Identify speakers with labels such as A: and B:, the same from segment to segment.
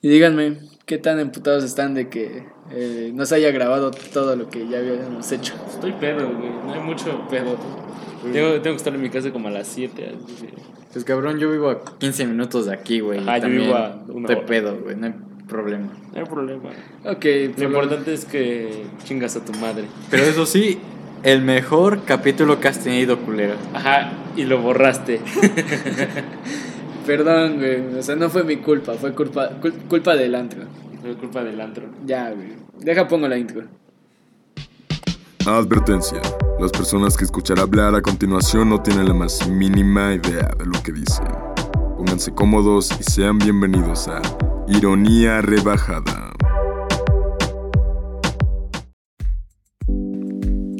A: Y díganme, ¿qué tan emputados están de que eh, no se haya grabado todo lo que ya habíamos hecho?
B: Estoy pedo, güey. No hay mucho pedo. Tengo, tengo que estar en mi casa como a las 7. así que-
C: Pues cabrón, yo vivo a 15 minutos de aquí, güey.
B: Ajá, Ah, yo
C: También
B: vivo a una
C: Te
B: hora.
C: pedo, güey, no hay problema.
B: No hay problema.
A: Ok,
B: Lo
A: problema.
B: importante es que chingas a tu madre.
C: Pero eso sí, el mejor capítulo que has tenido, culero.
B: Ajá, y lo borraste.
A: perdón, güey. O sea, no fue mi culpa, fue culpa, cul- culpa del antro.
B: Fue culpa del antro.
A: Ya, güey. Deja pongo la intro.
D: Advertencia. Las personas que escuchar hablar a continuación no tienen la más mínima idea de lo que dicen. Pónganse cómodos y sean bienvenidos a Ironía Rebajada.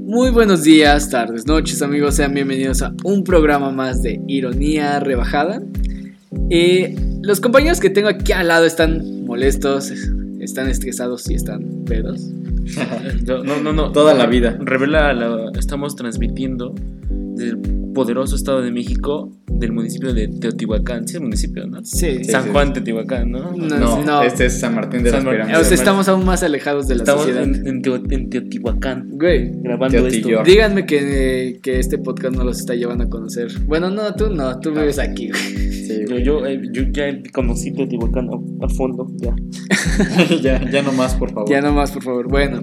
A: Muy buenos días, tardes, noches, amigos. Sean bienvenidos a un programa más de Ironía Rebajada. Eh, los compañeros que tengo aquí al lado están molestos, es- están estresados y están pedos.
B: No, no, no. no.
C: Toda la vida.
B: Revela, la- estamos transmitiendo desde el poderoso Estado de México, del municipio de Teotihuacán. Sí, el municipio, ¿no?
A: Sí,
B: San
C: sí.
B: Juan, Teotihuacán, ¿no?
A: No, no.
C: este es San Martín de
B: San
C: las
B: Martín.
A: O
C: Pirámides.
A: sea, estamos aún más alejados de la
B: Estamos
A: sociedad.
B: en, en Teo- en Teotihuacán
A: Güey,
B: grabando
C: Teotihuacán.
A: díganme que, que este podcast no los está llevando a conocer. Bueno, no, tú no, tú vives aquí, güey.
C: Sí,
B: esto. Yo,
C: güey.
B: yo, eh, yo ya conocí Teotihuacán a, a fondo, ya.
C: ya, ya no más, por favor.
A: Ya nomás, por favor. Bueno,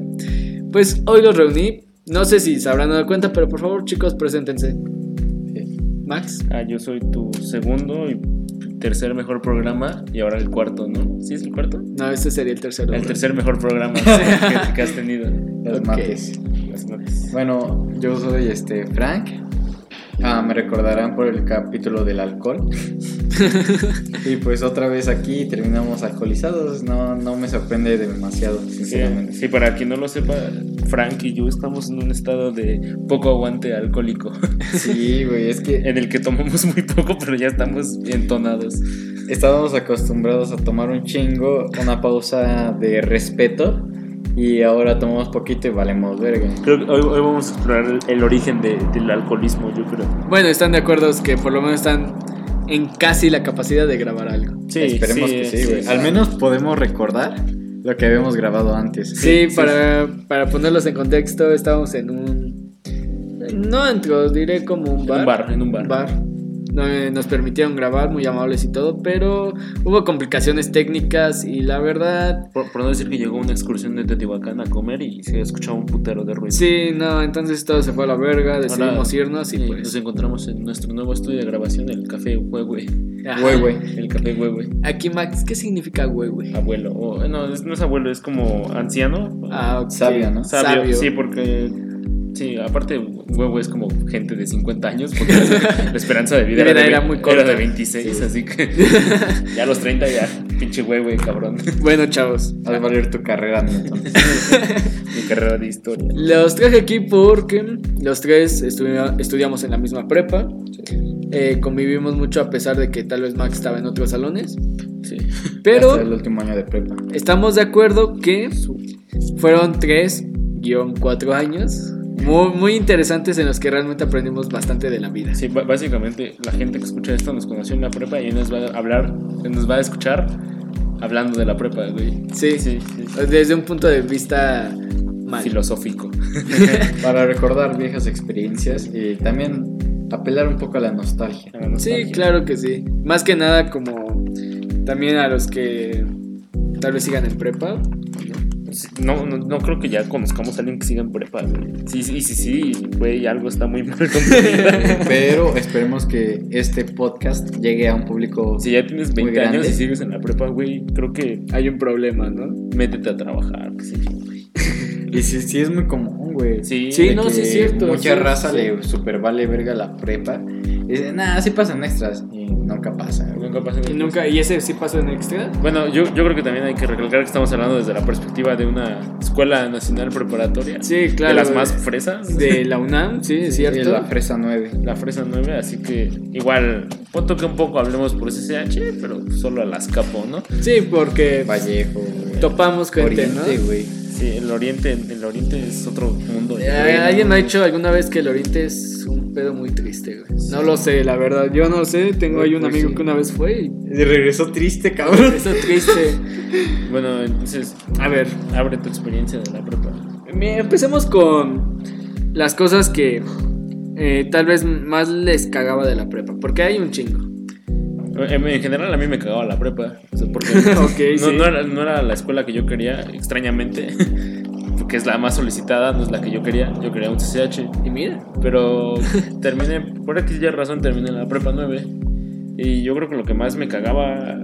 A: pues hoy los reuní. No sé si se habrán dado cuenta, pero por favor, chicos, preséntense. Max.
B: Ah, yo soy tu segundo y tercer mejor programa y ahora el cuarto, ¿no? ¿Sí es el cuarto?
A: No, este sería el tercero.
B: El
A: güey.
B: tercer mejor programa que, que has tenido.
C: Las
A: Ok.
C: mates.
B: Las noches.
C: Bueno, yo soy este Frank. Ah, me recordarán por el capítulo del alcohol. y pues otra vez aquí terminamos alcoholizados. No, no me sorprende demasiado,
B: Sí,
C: sinceramente.
B: Eh, sí, para quien no lo sepa, Frank y yo estamos en un estado de poco aguante alcohólico,
C: Sí, güey, es que
B: en el que tomamos muy poco, pero ya estamos entonados.
C: estábamos acostumbrados a tomar un chingo, una pausa de respeto. Y ahora tomamos poquito y valemos verga.
B: Creo que hoy, hoy vamos a explorar el, el origen de- del alcoholismo, yo creo.
A: Bueno, están de acuerdo que por lo menos están en casi la capacidad de grabar algo.
B: Sí,
C: Esperemos que sí, güey. Al menos podemos recordar lo que habíamos grabado antes.
A: Sí, para, para ponerlos en contexto, estábamos en un. No antro, diré como un
B: En
A: bar.
B: un bar, en un bar.
A: Un bar. No, eh, Nos permitieron grabar, muy amables y todo, pero hubo complicaciones técnicas y la verdad.
B: Por, por no decir que llegó una excursión de Teotihuacán a comer y se escuchaba un putero de ruido.
A: Sí, no, entonces todo se fue a la verga, decidimos
B: Ahora-
A: irnos y
B: Sí,
A: pues.
B: Nos encontramos en nuestro nuevo estudio de grabación, el Café Huehue.
A: ajá.
C: Güey, güey.
B: El Café Huehue.
A: Aquí, Max, ¿qué significa güey, güey?
B: Abuelo. o- no, es- no es abuelo, es como anciano.
A: Ah, ok.
C: Sabio, ¿no?
B: sabio.
A: sabio.
B: Sí, porque. Sí, aparte, huevo es como gente de 50 años, porque la esperanza de vida
A: Era-
B: de,
A: era
B: ve-
A: muy corta.
B: era de 26,
C: Sí.
B: así que ya a los 30 ya, pinche huevo, cabrón,
A: Bueno, chavos.
C: Al valer tu carrera, Newton.
B: mi carrera de historia.
A: Los traje aquí porque los tres estudi- estudiamos en la misma prepa. Eh, convivimos mucho a pesar de que tal vez Max estaba en otros salones.
B: Sí.
C: Hasta el
A: Pero
C: último año de prepa.
A: estamos de acuerdo que fueron tres guión cuatro años muy, muy interesantes en los que realmente aprendimos bastante de la vida.
B: Sí, ba- básicamente la gente que escucha esto nos conoció en la prepa y hoy nos va a hablar, nos va a escuchar hablando de la prepa, güey.
A: Sí,
B: Sí, sí.
A: desde un punto de vista mal.
B: Filosófico.
C: Para recordar viejas experiencias y también apelar un poco a la nostalgia.
B: Ah,
A: Sí, claro que sí. Más que nada como también a los que tal vez sigan en prepa.
B: No, no, no creo que ya conozcamos a alguien que siga en prepa, güey. Sí, sí, sí, sí, güey, algo está muy mal con tu vida.
C: Pero esperemos que este podcast llegue a un público.
B: Si ya tienes
C: Muy
B: 20 años
C: grande.
B: y sigues en la prepa, güey, creo que
A: Hay un problema, ¿no?
B: métete a trabajar, qué sé yo, güey.
C: Y sí, sí es muy común, güey.
B: Sí,
A: Sí,
C: De
A: no,
C: que
A: sí es cierto,
C: Mucha
A: sí,
C: raza
A: sí.
C: le super vale verga la prepa. Y dice, nah, así pasan extras. Y nunca pasa, güey.
B: Nunca pasa
A: Y nunca, y ese sí pasó en extra.
B: Bueno, yo, yo creo que también hay que recalcar que estamos hablando desde la perspectiva de una escuela nacional preparatoria.
A: Sí, claro. eh,
B: De las más fresas.
A: de la UNAM, sí, es
C: Y
A: cierto.
C: la fresa 9.
B: La fresa 9, así que igual, punto que un poco hablemos por CCH, pero solo a las capo, ¿no?
A: Sí, porque
C: Vallejo, güey.
A: topamos gente, ¿no?
C: Oriente, güey.
B: Sí, el oriente, el oriente es otro mundo.
A: Eh, Alguien me ha dicho alguna vez que el Oriente es un pedo muy triste, güey. No lo sé, la verdad. Yo no lo sé. Tengo ahí un
C: Pues
A: amigo
C: sí.
A: que una vez fue y
C: Y regresó triste, cabrón.
A: eso triste.
B: Bueno, entonces, a ver, abre tu experiencia de la prepa.
A: Mi- Empecemos con las cosas que eh, tal vez más les cagaba de la prepa, porque hay un chingo.
B: En en general a mí me cagaba la prepa, o sea, porque
A: Ok,
B: no,
A: sí.
B: no era, no era la escuela que yo quería, extrañamente, porque es la más solicitada, no es la que yo quería, yo quería un CCH.
A: Y mira,
B: Pero terminé, por aquella razón terminé la prepa 9. Y yo creo que lo que más me cagaba,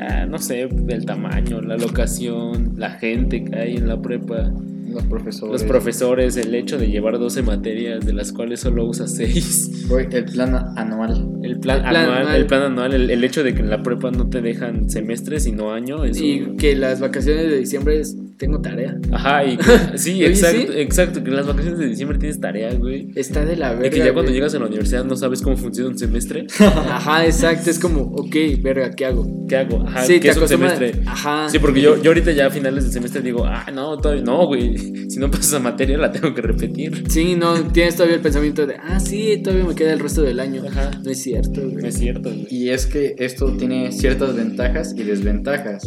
B: ah, no sé, el tamaño, la locación, la gente que hay en la prepa,
C: Los profesores.
B: los profesores, el hecho de llevar 12 materias de las cuales solo usas 6.
C: Güey, el plan anual.
B: El plan,
A: El plan
B: anual,
A: anual.
B: el plan anual, el, el hecho de que en la prepa no te dejan semestres sino año. eso-
A: y que las vacaciones de diciembre es- tengo tarea.
B: Ajá, y que- sí,
A: Oye,
B: exacto,
A: sí.
B: exacto, que en las vacaciones de diciembre tienes tarea, güey.
A: Está de la verga.
B: Y que ya cuando
A: güey.
B: llegas a la universidad no sabes cómo funciona un semestre.
A: Ajá, exacto, es como, ok, verga, ¿qué hago?
B: ¿Qué hago? Ajá,
A: sí,
B: ¿qué Ah, es un
A: acostumbras- Ah.
B: semestre?
A: Ajá.
B: Sí, porque yo, yo ahorita ya a finales del semestre digo, ah, no, todavía no, güey. Si no paso esa materia, la tengo que repetir.
A: Sí, no, tienes todavía el pensamiento de, ah, sí, todavía me queda el resto del año.
B: Ajá.
A: No es cierto,
B: No
A: güey.
B: es cierto, güey.
C: Y es que esto tiene ciertas ventajas y desventajas.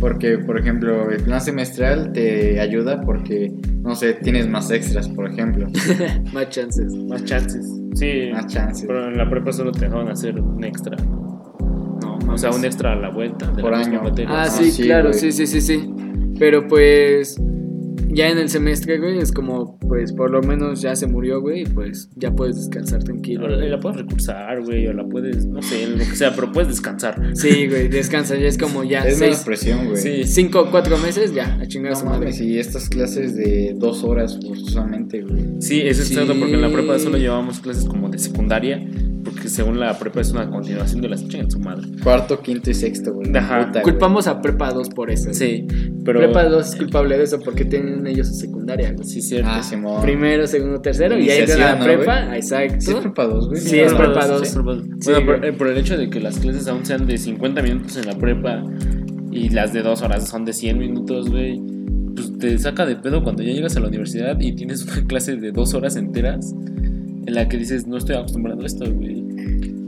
C: Porque, por ejemplo, el plan semestral te ayuda porque, no sé, tienes más extras, por ejemplo.
A: Más chances.
B: Más chances. Sí.
C: Más chances.
B: Pero en la prepa solo te dejaban hacer un extra.
C: No,
B: O sea, un extra a la vuelta de
C: Por
B: la misma
C: año.
B: materia.
A: Ah,
C: Ah,
A: sí,
C: sí,
A: claro,
C: güey.
A: sí, sí, sí, sí. Pero pues ya en el semestre, güey, es como, pues por lo menos ya se murió, güey, y pues ya puedes descansar tranquilo.
B: O la, la puedes recursar, güey, o la puedes, no sé, lo que sea, pero puedes descansar.
A: Sí, güey, descansa, ya es como ya
C: Es menos
A: seis,
C: presión, güey.
B: Sí.
A: cinco, cuatro meses, ya, a chingar a
C: No
A: su madre.
C: mames, y estas clases de dos horas forzosamente, güey.
B: Sí, eso es
A: Sí.
B: cierto, porque en la prepa solo llevábamos clases como de secundaria, porque según la prepa es una continuación de las chingas de su madre.
C: Cuarto, quinto y sexto, güey.
B: Ajá.
C: Puta, güey.
A: Culpamos a Prepa 2 por eso.
B: Sí, pero...
A: Prepa 2 es culpable de eso porque tienen ellos su secundaria, güey.
B: Sí, cierto.
C: Ah, Simón.
A: Primero, segundo, tercero, y ahí de la
C: Iniciación, ¿no,
A: prepa, exacto.
C: Sí, es prepa dos, güey.
A: Sí, es
B: Ah,
A: prepa
B: sí,
A: dos.
B: es prepa dos.
A: Sí,
B: Bueno, por,
A: güey.
B: eh, por el hecho de que las clases aún sean de 50 minutos en la prepa y las de dos horas son de 100 minutos, güey, pues te saca de pedo cuando ya llegas a la universidad y tienes una clase de dos horas enteras en la que dices, no estoy acostumbrado a esto, güey.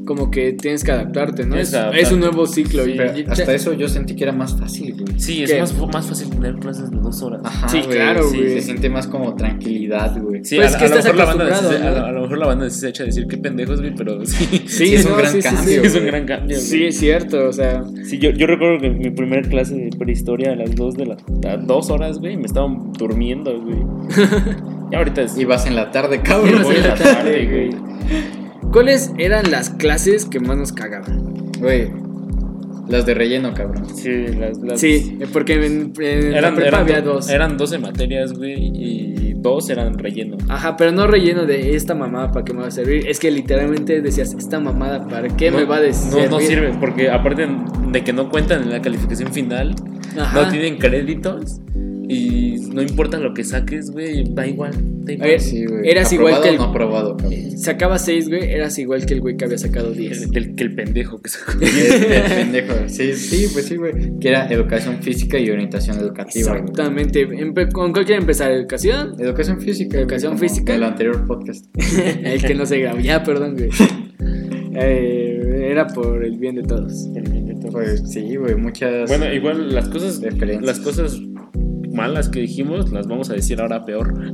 A: Como que tienes que adaptarte, ¿no?
B: Tienes
A: Es,
B: que adaptarte.
A: es un nuevo ciclo. y-
C: Pero
A: y-
C: hasta eso yo sentí que era más fácil, güey.
B: Sí, es
A: ¿Qué?
B: más, fu- más fácil tener clases de dos horas.
C: Ajá,
A: Sí,
C: güey,
A: claro,
C: sí,
A: güey.
C: Se siente más como tranquilidad, güey.
B: Sí,
A: Pues
B: a,
A: es que
B: a lo
A: estás
B: mejor la banda de
A: acostumbrado,
B: CCH
A: ¿no?
B: a, lo- a lo mejor la banda de CCH a decir qué pendejos, güey, pero sí.
A: Sí,
C: Sí, es un
A: no,
C: gran
A: sí, sí, sí.
C: cambio,
B: es un
C: güey.
B: gran cambio. güey.
A: Sí, es cierto, o sea,
B: Sí, yo, yo recuerdo que mi primer clase de prehistoria a las 2 de la a dos horas, güey, me estaban durmiendo, güey. y ahorita es
C: Y vas en la tarde, cabrón.
A: Ibas
B: voy
A: en
B: a
A: la
B: la tarde,
A: tarde,
B: güey.
A: ¿cuáles eran las clases que más nos cagaban?
C: Güey, las de relleno, cabrón.
B: Sí, las, las
A: Sí, eh, porque en, en la
B: eran,
A: prepa
B: eran,
A: había dos.
B: eran 12 materias, güey, y dos eran relleno.
A: Ajá, pero no relleno de esta mamada para qué me va a servir. Es que literalmente decías, esta mamada para qué
B: No-
A: me va a decir.
B: No, no sirven, porque aparte de que no cuentan en la calificación final,
A: Ajá.
B: no tienen créditos y no importa lo que saques, güey, da igual. Da igual.
A: Eh,
C: Sí, güey.
A: Eras igual
C: ¿Aprobado
A: que
C: o
A: el-
C: no aprobado, cabrón.
A: Sacaba seis, güey, eras igual que el güey que había sacado
B: El-
A: 10.
B: del- que el pendejo que sacó.
A: Eh.
C: Este, pendejo. Sí, sí, pues sí, güey. Que era educación física y orientación educativa. güey.
A: Exactamente. Empe- ¿Con cuál quiere empezar? ¿Educación?
C: Educación física. güey,
A: Mm, Educación
C: como
A: física.
C: El anterior podcast.
A: el que no se grabó. Ya, perdón, güey. Eh, era por el bien de todos.
C: Pues sí, güey, muchas.
B: Bueno, igual las cosas,
C: Referencias.
B: las cosas malas que dijimos las vamos a decir ahora peor.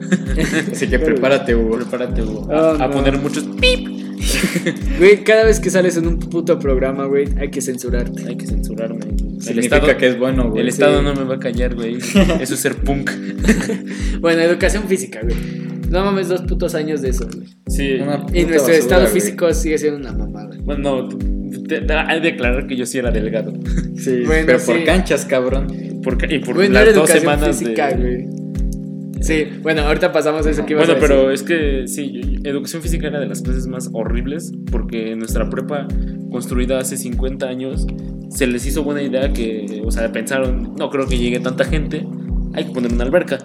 C: así que prepárate, Hugo.
B: Prepárate Hugo,
A: Oh,
B: a, a
A: no.
B: poner muchos pip.
A: Güey, cada vez que sales en un puto programa, güey, hay que censurarte.
B: Hay que censurarme. El
C: Significa
B: estado,
C: que es bueno, güey.
B: el
C: Sí.
B: estado no me va a callar, güey. Eso es ser punk.
A: Bueno, educación física, güey. No mames, dos putos años de eso, güey.
B: Sí.
C: Una
A: Y
C: puta
A: nuestro
C: basura,
A: estado
C: güey.
A: físico sigue siendo una mamada.
B: Bueno, te- te- hay que declarar que yo sí era delgado.
C: Sí,
A: Bueno,
C: pero por
A: sí.
C: canchas, cabrón.
B: Porque, y por
A: Güey, no era
B: las dos
A: educación
B: semanas
A: física,
B: de.
A: güey. Sí, bueno, ahorita pasamos a eso que ibas
B: Bueno,
A: a decir.
B: pero es que sí, yo- yo- educación física era de las clases más horribles porque nuestra prepa construida hace 50 años se les hizo buena idea que, o sea, pensaron, no creo que llegue tanta gente, hay que poner una alberca.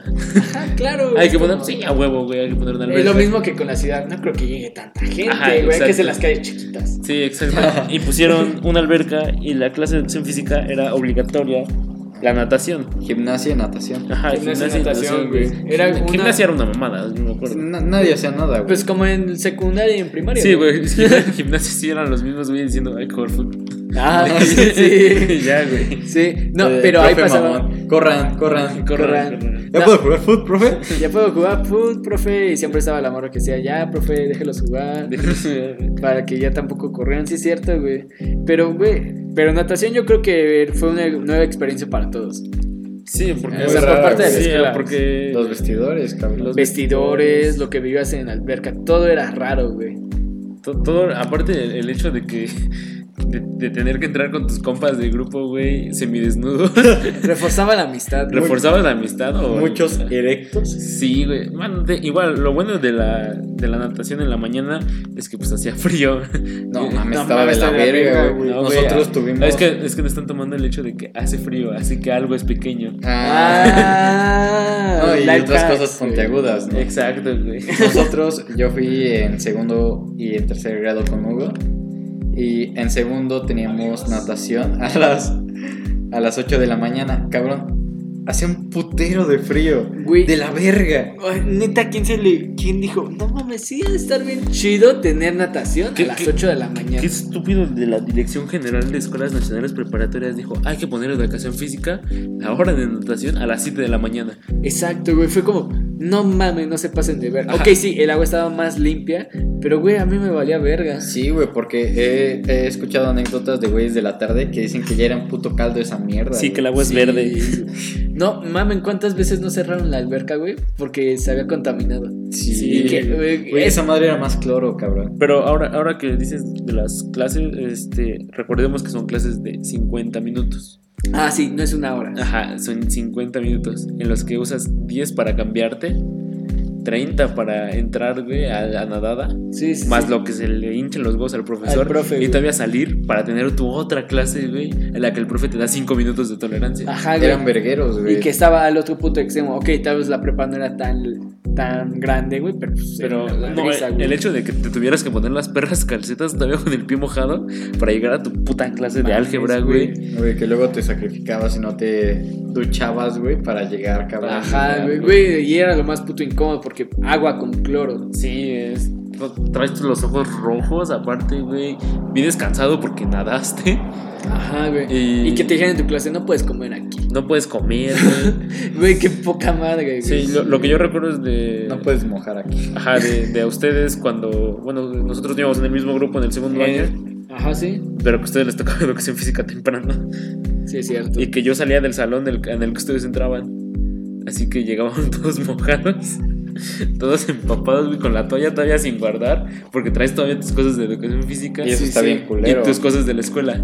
A: Ah, claro, güey,
B: Hay que
A: como-
B: poner, sí, a huevo, güey, hay que poner una
A: Es
B: alberca.
A: lo mismo que con la ciudad, no creo que llegue tanta gente,
B: Ajá,
A: güey, hay que
B: exacto.
A: se las calles chiquitas.
B: Sí, exacto. Y pusieron una alberca y la clase de educación física era obligatoria, la natación.
C: Gimnasia y natación.
B: Ajá,
A: Gimnasia y
B: y
A: natación, güey. Era
B: Gimnasia
A: una-
B: era una mamada, yo me acuerdo.
C: Na- nadie hacía nada, güey.
A: Pues como en secundaria y en primaria.
B: Sí, güey, gimnasia, gimnasia sí eran los mismos, güey, diciendo, hay que jugar fútbol.
A: Ah, sí, sí.
B: sí. ya, güey.
A: Sí, no,
C: Eh,
A: pero ahí
C: profe
A: pasaba.
C: mamón, Corran,
A: Corran.
C: corran.
B: Corran.
C: ¿Ya
A: No.
C: puedo jugar foot, profe?
A: Ya puedo jugar fútbol, profe. Y siempre estaba la morra que decía, ya, profe, déjelos jugar.
B: corran.
A: Para que ya tampoco corrieran, sí es cierto, güey. Pero, güey, pero natación yo creo que fue una nueva experiencia para todos.
B: Sí, porque.
C: Esa fue parte de la
B: sí,
A: escuela.
B: porque.
C: Los vestidores, cabrón.
B: Los-
A: Vestidores, lo que vivías en alberca, todo era raro, güey.
B: to- Todo, aparte el, el hecho de que. De, de tener que entrar con tus compas de grupo, güey, semidesnudo.
A: Reforzaba la amistad. güey.
B: ¿Reforzaba la amistad o.?
C: Muchos erectos.
B: Sí, güey. Man, de- igual, lo bueno de la, de la natación en la mañana es que pues hacía frío.
C: No
B: Eh,
C: mames,
A: no
C: estaba
A: mames,
C: de
A: estaba
C: la
A: de la
C: verga,
A: verga,
C: güey.
B: no, güey,
C: Nosotros
B: ah,
C: tuvimos.
B: Es que, es que no están tomando el hecho de que hace frío, así que algo es pequeño.
C: Ah.
A: Ah,
C: No, y
A: life
C: otras
A: hacks,
C: cosas
A: güey.
C: puntiagudas, ¿no?
B: Exacto, güey.
C: Nosotros, yo fui en segundo y en tercer grado con Hugo. Y en segundo teníamos natación a las, a las 8 de la mañana. Cabrón, hacía un putero de frío.
A: Güey.
C: De la verga.
A: Ay, Neta, ¿quién, se le, ¿quién dijo? No mames, sí, debe estar bien chido tener natación a
B: ¿Qué-
A: las
B: qué-
A: 8 de la mañana.
B: Qué estúpido de la Dirección General de Escuelas Nacionales Preparatorias dijo, hay que poner educación física la hora de natación a las 7 de la mañana.
A: Exacto, güey. Fue como, no mames, no se pasen de ver.
B: Ajá.
A: Ok, sí, el agua estaba más limpia, pero güey, a mí me valía verga.
C: Sí, güey, porque he, he escuchado anécdotas de güeyes de la tarde que dicen que ya era un puto caldo esa mierda.
B: Sí, que el
C: güey.
B: agua es
A: Sí.
B: verde.
A: No mamen, ¿cuántas veces no cerraron la alberca, güey? Porque se había contaminado.
C: Sí,
B: Sí,
A: que-
C: güey.
A: güey,
C: esa madre era más cloro, cabrón.
B: Pero ahora, ahora que dices de las clases, este, recordemos que son clases de 50 minutos.
A: Ah, sí, no es una hora.
B: Ajá, son 50 minutos en los que usas 10 para cambiarte, 30 para entrar, güey, a la nadada.
A: Sí, sí.
B: Más
A: sí.
B: lo que se le hinchen los huevos al profesor.
A: Al profe,
B: y
A: güey.
B: todavía salir para tener tu otra clase, güey, en la que el profe te da cinco minutos de tolerancia.
A: Ajá, Ah, güey.
C: Eran vergueros, güey.
A: Y que estaba al otro punto extremo. Ok, tal vez la prepa no era tan, tan grande, güey, pero pues,
B: Pero
A: era una
B: no,
A: madriza,
B: el
A: güey.
B: el hecho de que te tuvieras que poner las perras calcetas todavía con el pie mojado para llegar a tu puta clase de
A: Mames,
B: álgebra, güey.
C: Güey, que luego te sacrificabas y no te duchabas, güey, para llegar, cabrón.
A: Ajá, güey, güey, y era lo más puto incómodo porque agua con cloro.
B: Sí, es. Traes los ojos rojos, aparte, güey. Vienes cansado porque nadaste.
A: Ajá, güey. Y...
B: Y-
A: que te dijeran en tu clase, no puedes comer aquí.
B: No puedes comer, güey.
A: Güey, qué poca madre, güey.
B: Sí, lo, lo que yo recuerdo es de.
C: No puedes mojar aquí.
B: Ajá, de, de a ustedes cuando. Bueno, nosotros íbamos en el mismo grupo en el segundo
A: Eh,
B: año,
A: Ajá, sí. pero
B: pero que a ustedes les tocaba educación física temprano.
A: Sí, es cierto.
B: Y que yo salía del salón del- en el que ustedes entraban. Así que llegaban todos mojados, todos empapados, güey, con la toalla todavía sin guardar, porque traes todavía tus cosas de educación física
C: Y eso
A: Sí,
C: está
A: sí.
C: bien culero.
B: y tus cosas de la escuela.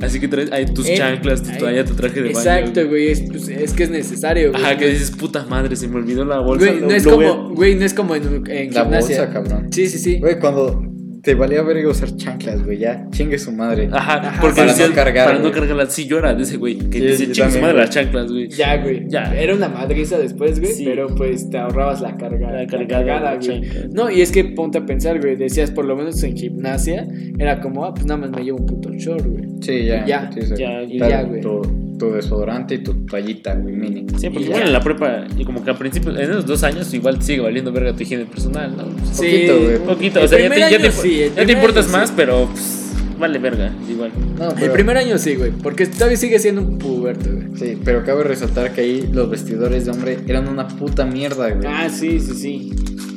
B: Así que traes ahí tus
A: Eh,
B: chanclas, tu
A: ay,
B: toalla, tu traje de baño.
A: Exacto, güey. Es, pues, es que es necesario, güey.
B: Ajá, que dices, puta madre, se me olvidó la bolsa.
A: Güey,
B: lo-
A: no es
B: lo voy a-
A: como, güey, no es como en, en
C: La
A: gimnasia.
C: bolsa, cabrón.
A: Sí, sí, sí.
C: Güey, cuando te valía verga usar chanclas, güey, ya, chingue su madre.
B: Ajá,
A: Ajá,
B: porque
A: para
B: decían-
C: no cargar,
B: Para no
C: güey.
B: cargarla. Sí, llora de ese güey. Que
C: Sí,
B: dice,
C: yo
B: chingue su
C: también,
B: madre
C: güey".
B: las chanclas, güey.
A: Ya, güey.
B: Ya.
A: Era una madriza después, güey.
B: Sí.
A: Pero pues te ahorrabas la carga.
B: La cargada, la
A: güey.
B: chancla.
A: No, y es que ponte a pensar, güey. Decías, por lo menos en gimnasia, era como, ah, pues nada más me llevo un puto short, güey.
C: Sí, ya.
A: Ya,
C: sí, sí.
B: ya,
A: ya,
C: Tal,
A: güey.
C: Tu, tu desodorante y tu toallita, güey, mini.
B: Sí, porque
A: Y
B: igual
A: ya.
B: en la prepa, y como que al principio, en esos dos años, igual te sigue valiendo verga tu higiene personal, ¿no? Pues,
A: Sí.
C: Poquito, güey.
B: Un poquito,
A: El
B: o sea, ya te,
A: primer
B: ya
A: año
B: te-
A: sí, el
B: ya te
A: primer
B: importas
A: año
B: más,
A: sí.
B: pero pues, vale verga, igual.
C: No,
A: El primer año sí, güey. Porque todavía sigue siendo un puberto, güey.
C: Sí, pero cabe resaltar que ahí los vestidores de hombre eran una puta mierda, güey.
A: Ah, sí, sí, sí.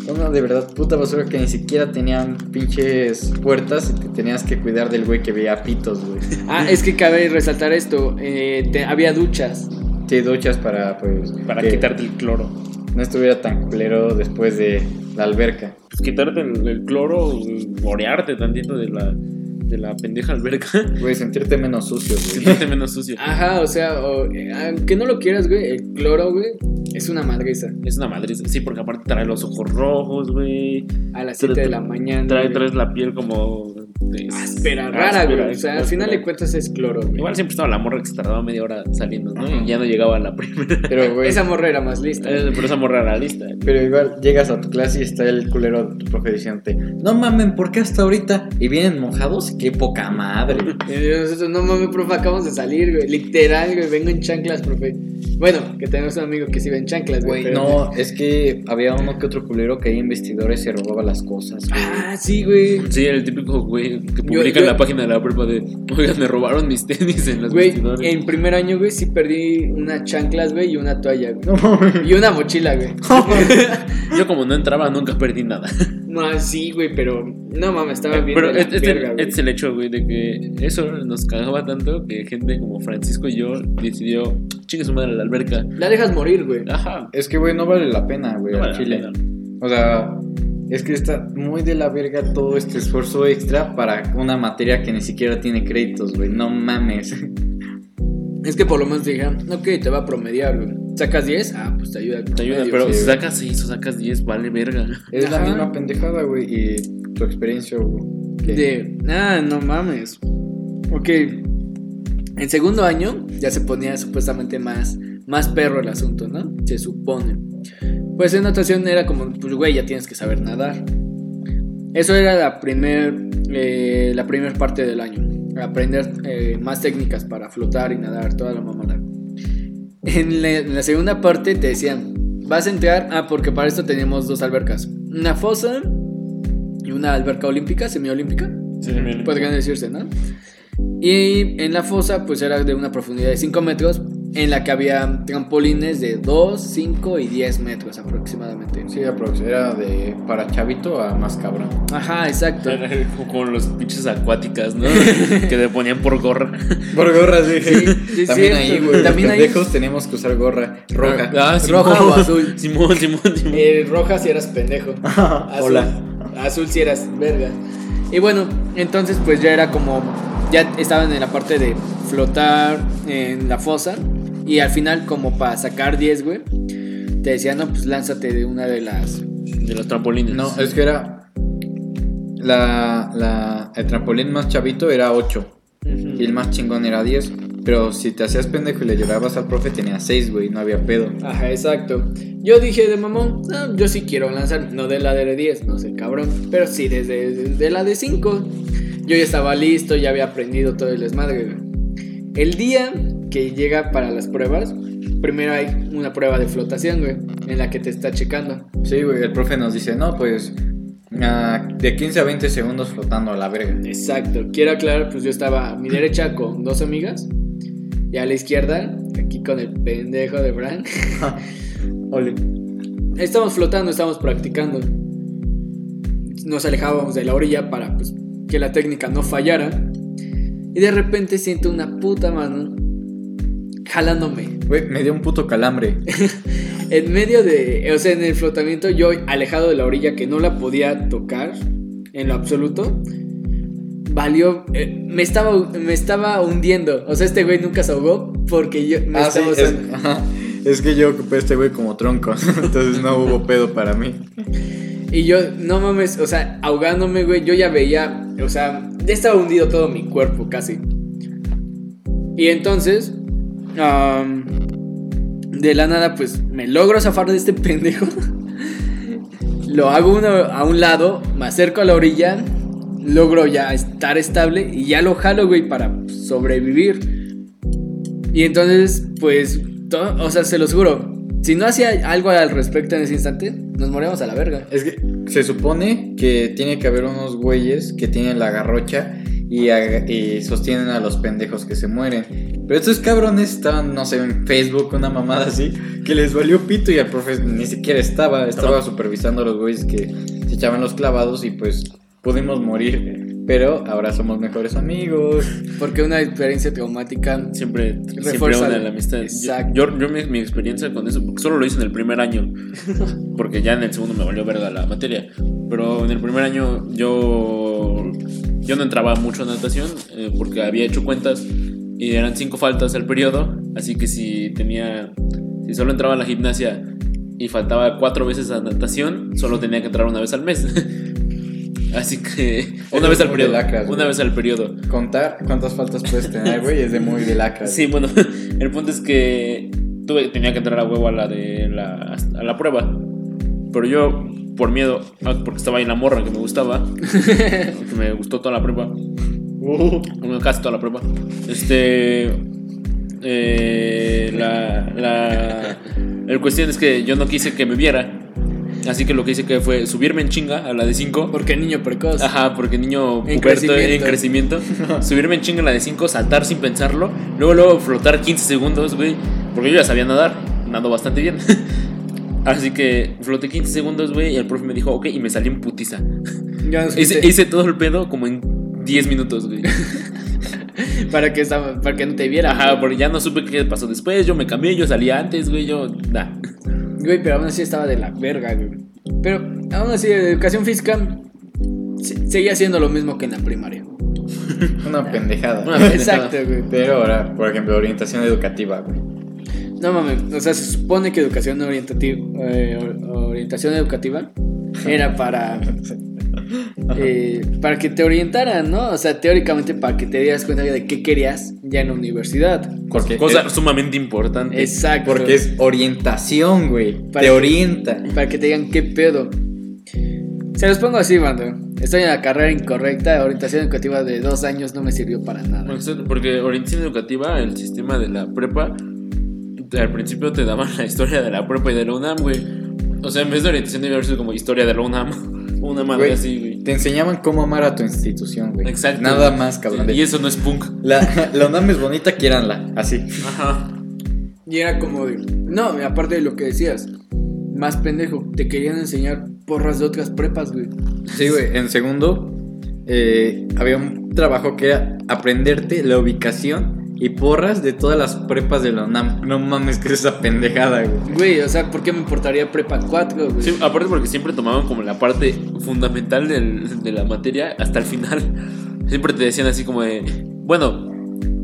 C: Una de verdad puta basura que ni siquiera tenían pinches puertas y te tenías que cuidar del güey que veía pitos, güey.
A: Ah, es que cabe resaltar esto. eh, te- había duchas.
C: Te duchas para, pues...
B: Para
C: que
B: quitarte el cloro.
C: No estuviera tan culero después de la alberca.
B: Pues quitarte el, el cloro, morearte tantito de la, de la pendeja alberca,
C: Güey, sentirte menos sucio, güey.
B: sentirte menos sucio.
A: Ajá, o sea, o- eh, aunque no lo quieras, güey, el cloro, güey, es una madriza.
B: Es una madriz, sí, porque aparte trae los ojos rojos, güey.
A: A las 7 de la mañana.
B: Trae,
A: güey.
B: traes la piel como. de-
A: Áspera, rara, güey. O sea,
B: áspera,
A: al final
B: áspera.
A: de cuentas es cloro, güey.
B: Igual siempre estaba la morra que se tardaba media hora saliendo, ¿no?
C: Ajá.
B: Y ya no llegaba a la primera.
C: Pero, güey...
A: Esa morra era más lista.
B: Eh, Pero esa morra era lista.
C: Pero igual llegas a tu clase y está el culero de tu profe diciéndote, no mamen, ¿por qué hasta ahorita? Y vienen mojados, qué poca madre.
A: Y nosotros, no mames, profe, acabamos de salir, güey. Literal, güey, vengo en chanclas, profe. Bueno, que tenemos un amigo que sí va en chanclas, güey.
C: Güey,
A: pero-
C: no, es que había uno que otro culero que ahí en vestidores se robaba las cosas, güey.
A: Ah, sí, güey.
B: Sí, el típico güey que
A: Yo-
B: publica en
A: yo-
B: la página de la prepa de, oigan, me robaron mis tenis en los
A: Güey,
B: vestidores.
A: en primer año, güey, sí perdí unas chanclas, güey, y una toalla, güey.
C: No mames.
A: Y una mochila, güey.
B: Yo como no entraba, nunca perdí nada.
A: No, sí, güey, pero no mames, estaba bien.
B: Pero
A: de la
B: este, este-
A: verga, güey.
B: este es el hecho, güey, de que eso nos cagaba tanto que gente como Francisco y yo decidió, chingue su madre a la alberca.
A: La dejas morir, güey.
B: Ajá.
C: Es que, güey, no vale la pena, güey,
B: no vale
C: al
B: la
C: Chile.
B: pena.
C: O sea, es que está muy de la verga todo este esfuerzo extra para una materia que ni siquiera tiene créditos, güey. No mames.
A: Es que por lo menos te dijeron, ok, te va a promediar, güey. ¿Sacas 10? Ah, pues te ayuda. el
B: Te ayuda,
A: promedio,
B: pero
A: sí,
B: si
A: güey.
B: sacas 6 o sacas 10, vale verga.
C: Es la
A: Ajá.
C: misma pendejada, güey, y tu experiencia, güey. que-
A: De, ah, no mames. Ok. En segundo año ya se ponía supuestamente más, más perro el asunto, ¿no? Se supone. Pues en natación era como, pues güey, ya tienes que saber nadar. Eso era la primer, eh, la primer parte del año. Aprender eh, más técnicas para flotar y nadar, toda la mamada. En la, en la segunda parte te decían, vas a entrar, ah, porque para esto tenemos dos albercas. Una fosa y una alberca olímpica, semiolímpica,
B: Pues,
A: podrían decirse, ¿no? Y en la fosa, pues era de una profundidad de 5 metros, en la que había trampolines de 2, 5 y 10 metros aproximadamente.
C: Sí, aprox. Era de para chavito a más cabrón.
A: Ajá, exacto.
B: Como con los pinches acuáticas, ¿no? que te ponían por gorra.
C: Por gorras, dije.
A: sí,
C: también
A: cierto,
C: ahí,
A: güey.
C: güey.
A: También
C: También
A: ahí.
C: pendejos tenemos que usar gorra roja.
B: Ah,
A: Roja o azul.
B: Simón, Simón, Simón.
A: Eh, roja si eras pendejo. Azul,
C: Hola.
A: Azul si eras verga. Y bueno, entonces pues ya era como. Ya estaban en la parte de flotar en la fosa. Y al final, como para sacar 10, güey, te decían, no, pues lánzate de una de las.
B: De los
A: ah,
B: trampolines.
C: No, es que era. La, la, el trampolín más chavito era 8 y el más chingón era 10. Pero si te hacías pendejo y le llorabas al profe, tenía 6, güey, no había pedo.
A: Ajá, exacto. Yo dije de mamón, "Ah, yo sí quiero lanzar, no de la de 10, no sé, cabrón, pero sí desde, desde la de 5. Yo ya estaba listo, ya había aprendido todo el desmadre. güey. El día que llega para las pruebas, primero hay una prueba de flotación, güey, en la que te está checando.
C: Sí, güey, el profe nos dice, no, pues. ah, de 15 a 20 segundos flotando a la verga.
A: Exacto, quiero aclarar, pues yo estaba a mi derecha con dos amigas y a la izquierda, aquí con el pendejo de Frank.
C: Ole.
A: Estamos flotando, estamos practicando. Nos alejábamos de la orilla para pues, que la técnica no fallara. Y de repente siento una puta mano jalándome.
C: Güey, me dio un puto calambre.
A: En medio de, o sea, en el flotamiento, yo alejado de la orilla que no la podía tocar en lo absoluto. Valió, eh, me, estaba, me estaba hundiendo. O sea, este güey nunca se ahogó porque yo me
C: Ah, sí,
A: estaba
C: es,
A: usando.
C: ajá. Es que yo ocupé a este güey como tronco, entonces no hubo pedo para mí.
A: Y yo, no mames, o sea, ahogándome, güey, yo ya veía, o sea, ya estaba hundido todo mi cuerpo casi. Y entonces, am, de la nada, pues me logro zafar de este pendejo. Lo hago uno a un lado, me acerco a la orilla, logro ya estar estable y ya lo jalo, güey, para sobrevivir. Y entonces, pues, to- o sea, se los juro, si no hacía algo al respecto en ese instante, nos moríamos a la verga.
C: Es que se supone que tiene que haber unos güeyes que tienen la garrocha y, aga- y sostienen a los pendejos que se mueren. Pero estos cabrones estaban, no sé, en Facebook, una mamada así, que les valió pito y al profe ni siquiera estaba, estaba supervisando a los güeyes que se echaban los clavados y pues pudimos morir. Pero ahora somos mejores amigos.
A: Porque una experiencia traumática.
B: Siempre, siempre
A: Refuerza
B: una
A: el-
B: la amistad. Yo-
A: Exacto.
B: Yo, yo mi, mi experiencia con eso, porque solo lo hice en el primer año, porque ya en el segundo me valió verga la materia. Pero en el primer año yo, yo no entraba mucho en natación, eh, porque había hecho cuentas y eran cinco faltas al periodo, así que si tenía, si solo entraba a la gimnasia y faltaba cuatro veces a natación, solo tenía que entrar una vez al mes. Así que una
C: Eres
B: vez al
C: muy de
B: periodo.
C: lacras,
B: una
C: güey.
B: vez al periodo.
C: Contar cuántas faltas puedes tener, güey, es de muy de lacra.
B: Sí, bueno, el punto es que tuve, tenía que entrar a huevo a la de la, a la prueba. Pero yo, por miedo, ah, porque estaba ahí la morra que me gustaba, que me gustó toda la prueba, bueno, casi toda la prueba, este. eh, la, la. El cuestión es que yo no quise que me viera. Así que lo que hice que fue subirme en chinga a la de 5.
A: Porque niño precoz.
B: Ajá, porque niño
A: Pues, En
B: puberto en
A: crecimiento.
B: crecimiento. Subirme en chinga en la de 5, saltar sin pensarlo. Luego, luego flotar 15 segundos, güey. Porque yo ya sabía nadar. Nado bastante bien. Así que floté 15 segundos, güey. Y el profe me dijo, ok, y me salí en putiza.
A: Ya nos
B: Hice,
A: fuiste.
B: hice todo el pedo como en 10 minutos, güey.
A: para, que estaba- para que no te viera.
B: Ajá, porque ya no supe qué pasó después. Yo me cambié, yo salí antes, güey. Yo, nah.
A: Güey, pero aún así estaba de la verga, güey. Pero aún así, educación física se- seguía siendo lo mismo que en la primaria.
C: Una pendejada.
B: Una pendejada.
A: Exacto, güey.
C: Pero ahora, por ejemplo, orientación educativa, güey.
A: No mames, o sea, se supone que educación orientativa, eh, or- orientación educativa era para, eh, para que te orientaran, ¿no? O sea, teóricamente para que te dieras cuenta de qué querías ya en la universidad.
C: Porque
B: Cosa
C: es,
B: sumamente importante.
A: Exacto.
C: porque es orientación, güey.
A: Para-
C: Te orienta.
A: Para que te digan qué pedo. Se los pongo así, banda. Estoy en la carrera incorrecta. Orientación educativa de dos años no me sirvió para nada.
B: Exacto, Porque orientación educativa, el sistema de la prepa, te- al principio te daban la historia de la prepa y de la UNAM, güey. O sea, en vez de orientación debe haber sido como historia de la UNAM. Una madre
C: Güey.
B: así, güey.
C: Te enseñaban cómo amar a tu institución, güey.
B: Exacto.
C: Nada más, cabrón.
B: Y eso no es punk.
C: La, la UNAM es bonita, quiéranla. Así.
B: Ajá.
A: Y era como de. No, y aparte de lo que decías. Más pendejo. Te querían enseñar porras de otras prepas, güey.
C: Sí, güey. En segundo, eh, había un trabajo que era aprenderte la ubicación y porras de todas las prepas de la UNAM. No mames, que es esa pendejada, güey.
A: Güey, o sea, ¿por qué me importaría prepa 4, güey?
B: Sí, aparte porque siempre tomaban como la parte fundamental del- de la materia hasta el final. Siempre te decían así como de, bueno,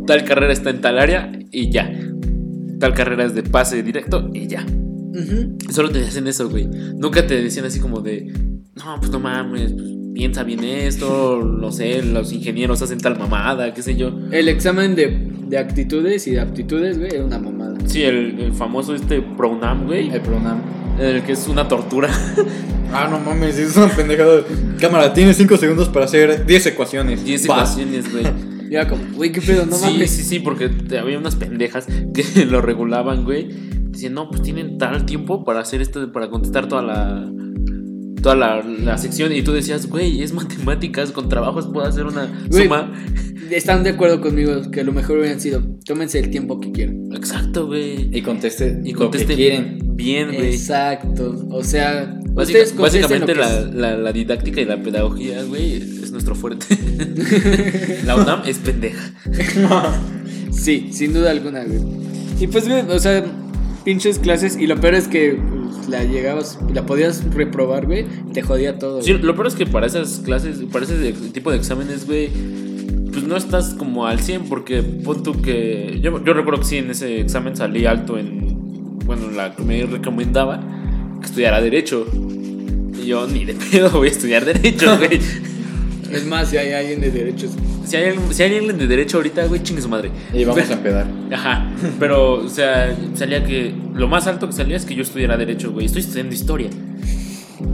B: tal carrera está en tal área y ya. Tal carrera es de pase directo y ya.
A: Ujú.
B: Solo te hacen eso, güey. Nunca te decían así como de, no, pues no mames, pues, piensa bien esto, no sé, los ingenieros hacen tal mamada, qué sé yo.
A: El examen de, de actitudes y de aptitudes, güey, era una mamada.
B: Sí, el, el famoso este Pronam, güey,
C: El UNAM.
B: el que es una tortura.
C: Ah, no mames, es una pendejada. Cámara, tienes 5 segundos para hacer 10 ecuaciones.
B: Y es
C: Va.
B: situaciones, güey.
A: Y era como, güey, qué pedo, no
B: sí,
A: mames.
B: sí, sí, porque te- había unas pendejas que lo regulaban, güey. Dicen, no, pues tienen tal tiempo para hacer esto, para contestar toda la. Toda la, la sección, y tú decías, güey, es matemáticas, con trabajos puedo hacer una
A: Güey.
B: suma.
A: Están de acuerdo conmigo que lo mejor hubieran sido, tómense el tiempo que quieran.
B: Exacto, güey.
C: Y conteste
B: Y
C: lo que
B: contesten
C: quieren.
B: bien, güey.
A: Exacto. O sea,
B: Básica-
A: ustedes contesten lo
B: básicamente
A: que
B: la,
A: es-
B: la- la didáctica y la pedagogía, güey, es nuestro fuerte. la UNAM es pendeja.
A: Sí, sin duda alguna, güey. Y pues, güey, o sea, pinches clases. Y lo peor es que pues, la llegabas, la podías reprobar, güey. Te jodía todo.
B: Sí,
A: güey.
B: lo peor es que para esas clases, para ese de- tipo de exámenes, güey, pues no estás como al 100 porque pon tú que... Yo, yo recuerdo que sí, en ese examen salí alto en... Bueno, la que me recomendaba que estudiara derecho. Y yo ni de pedo voy a estudiar derecho, güey.
A: Es más, si hay alguien de derechos.
B: si, hay, algún- si hay alguien de derecho ahorita, güey, chingue su madre.
C: Y vamos a empezar.
B: Ajá, pero, o sea, salía que lo más alto que salía es que yo estudiara Derecho, güey. Estoy estudiando Historia.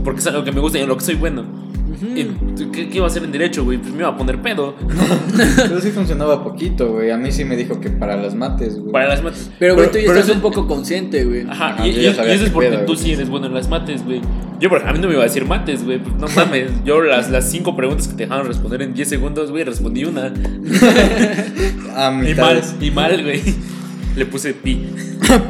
B: Porque es algo que me gusta y en lo que soy bueno. ¿Y ¿Qué, ¿Qué iba a hacer en Derecho, güey? Pues me iba a poner pedo.
C: Pero sí funcionaba poquito, güey. A mí sí me dijo que para las mates, güey.
B: Para las mates.
A: Pero, güey, tú ya
B: pero
A: estás
B: eso-
A: un poco consciente, güey.
B: Ajá,
C: Ajá,
B: y,
C: Ah, yo
B: y-
C: ya
B: y
C: sabía
B: eso
C: qué
B: es porque
C: pedo,
B: tú
C: güey.
B: sí eres bueno en las mates, güey. Yo, por ejemplo, a mí no me iba a decir mates, güey. Pues no mames. Yo las, las cinco preguntas que te dejaron responder en 10 segundos, güey, respondí una.
C: A
B: Y mal,
C: Ah, mitades.
B: y mal, güey. Le puse pi.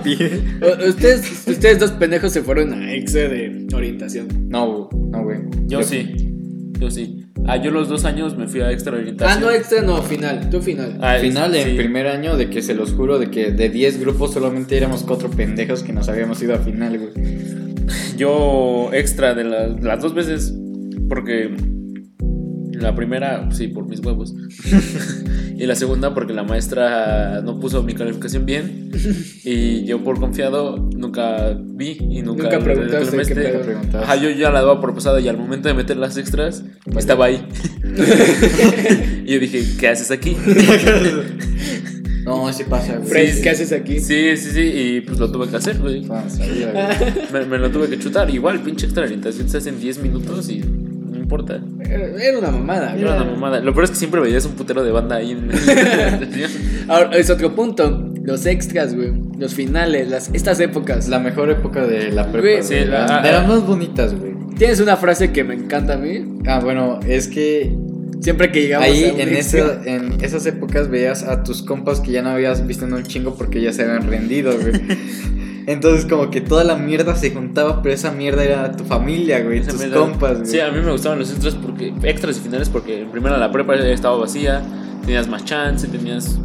C: Pie.
A: U- Ustedes, ustedes dos pendejos se fueron a exe de orientación.
C: No, no, güey.
B: Yo sí. Yo sí. Ah, yo los dos años me fui a extra
A: Ah,
B: orientación.
A: no, extra no, final. Tú final.
B: Ah,
C: Al final,
B: sí.
C: en primer año, de que se los juro, de que de 10 grupos solamente éramos 4 pendejos que nos habíamos ido a final, güey.
B: Yo extra de la- las dos veces, porque la primera, sí, por mis huevos. y la segunda, porque la maestra no puso mi calificación bien. Y yo, por confiado, nunca vi y nunca,
A: Nunca preguntaste
B: le clamé
A: qué
B: este.
A: pedo.
C: Preguntabas.
B: Ajá, yo ya la daba por pasada y al momento de meter las extras, estaba ahí. y yo dije, ¿qué haces aquí?
C: No, así pasa, güey.
A: Fred,
B: sí,
A: ¿qué haces aquí?
B: sí, sí, sí, y pues lo tuve que hacer, güey.
C: Fan, sabía, güey.
B: Me, me lo tuve que chutar. Igual, pinche extra orientación se hace en 10 minutos y no importa.
A: Eh, Era una mamada, güey.
B: Era una mamada. Lo peor es que siempre veías un putero de banda ahí en el-
A: Ahora, es otro punto. Los extras, güey. Los finales, las, estas épocas.
C: La mejor época de la prepa.
A: Güey,
C: güey.
A: sí,
C: de
B: la- ah,
C: las más bonitas, güey.
A: Tienes una frase que me encanta a mí.
C: Ah, bueno, es que
A: Siempre que llegamos
C: Ahí
A: a un
C: en,
A: extra-
C: esa- en esas épocas veías a tus compas que ya no habías visto en un chingo porque ya se habían rendido, güey. Entonces como que toda la mierda se juntaba, pero esa mierda era tu familia, güey,
B: Esa
C: tus
B: mierda-
C: compas, güey.
B: Sí, a mí me gustaban los extras porque extras y finales porque en primera la prepa estaba vacía, tenías más chance, tenías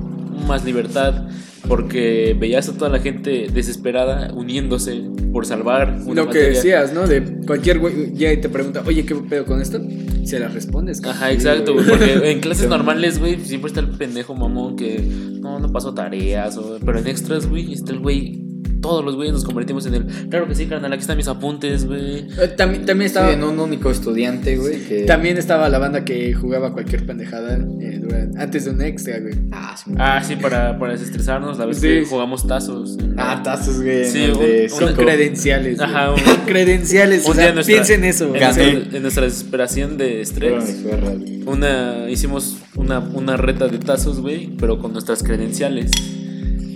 B: más libertad porque veías a toda la gente desesperada uniéndose por salvar una
A: Lo que
B: materia.
A: decías, ¿no? De cualquier güey llega y te pregunta, oye, ¿qué pedo con esto? Se la respondes. cabrón.
B: Ajá, exacto, güey, porque en clases normales, güey, siempre está el pendejo mamón que no, no pasó tareas, o- pero en extras, güey, está el güey, todos los güeyes nos convertimos en el, claro que sí, carnal, aquí están mis apuntes, güey.
A: Eh, También, también,
C: Sí,
A: estaba,
C: en un único estudiante, güey, que...
A: también estaba la banda que jugaba cualquier pendejada eh, durante- antes de un extra, güey.
C: Ah, sí.
B: Ah, sí, para, para desestresarnos, la vez
A: Sí.
B: que jugamos tazos. en-
C: Ah, tazos, güey.
B: Sí,
C: en el
B: un-
C: de
B: un-
C: cinco.
A: Con credenciales. güey.
B: Ajá, un-
A: Con credenciales.
B: Un
A: o
B: día
A: sea,
B: nuestra-
A: piensa en eso, güey.
B: En nuestra,
C: Gané.
B: en nuestra desesperación de
C: Fueron
B: estrés,
C: mis perras, güey.
B: una, hicimos una, una reta de tazos, güey, pero con nuestras credenciales.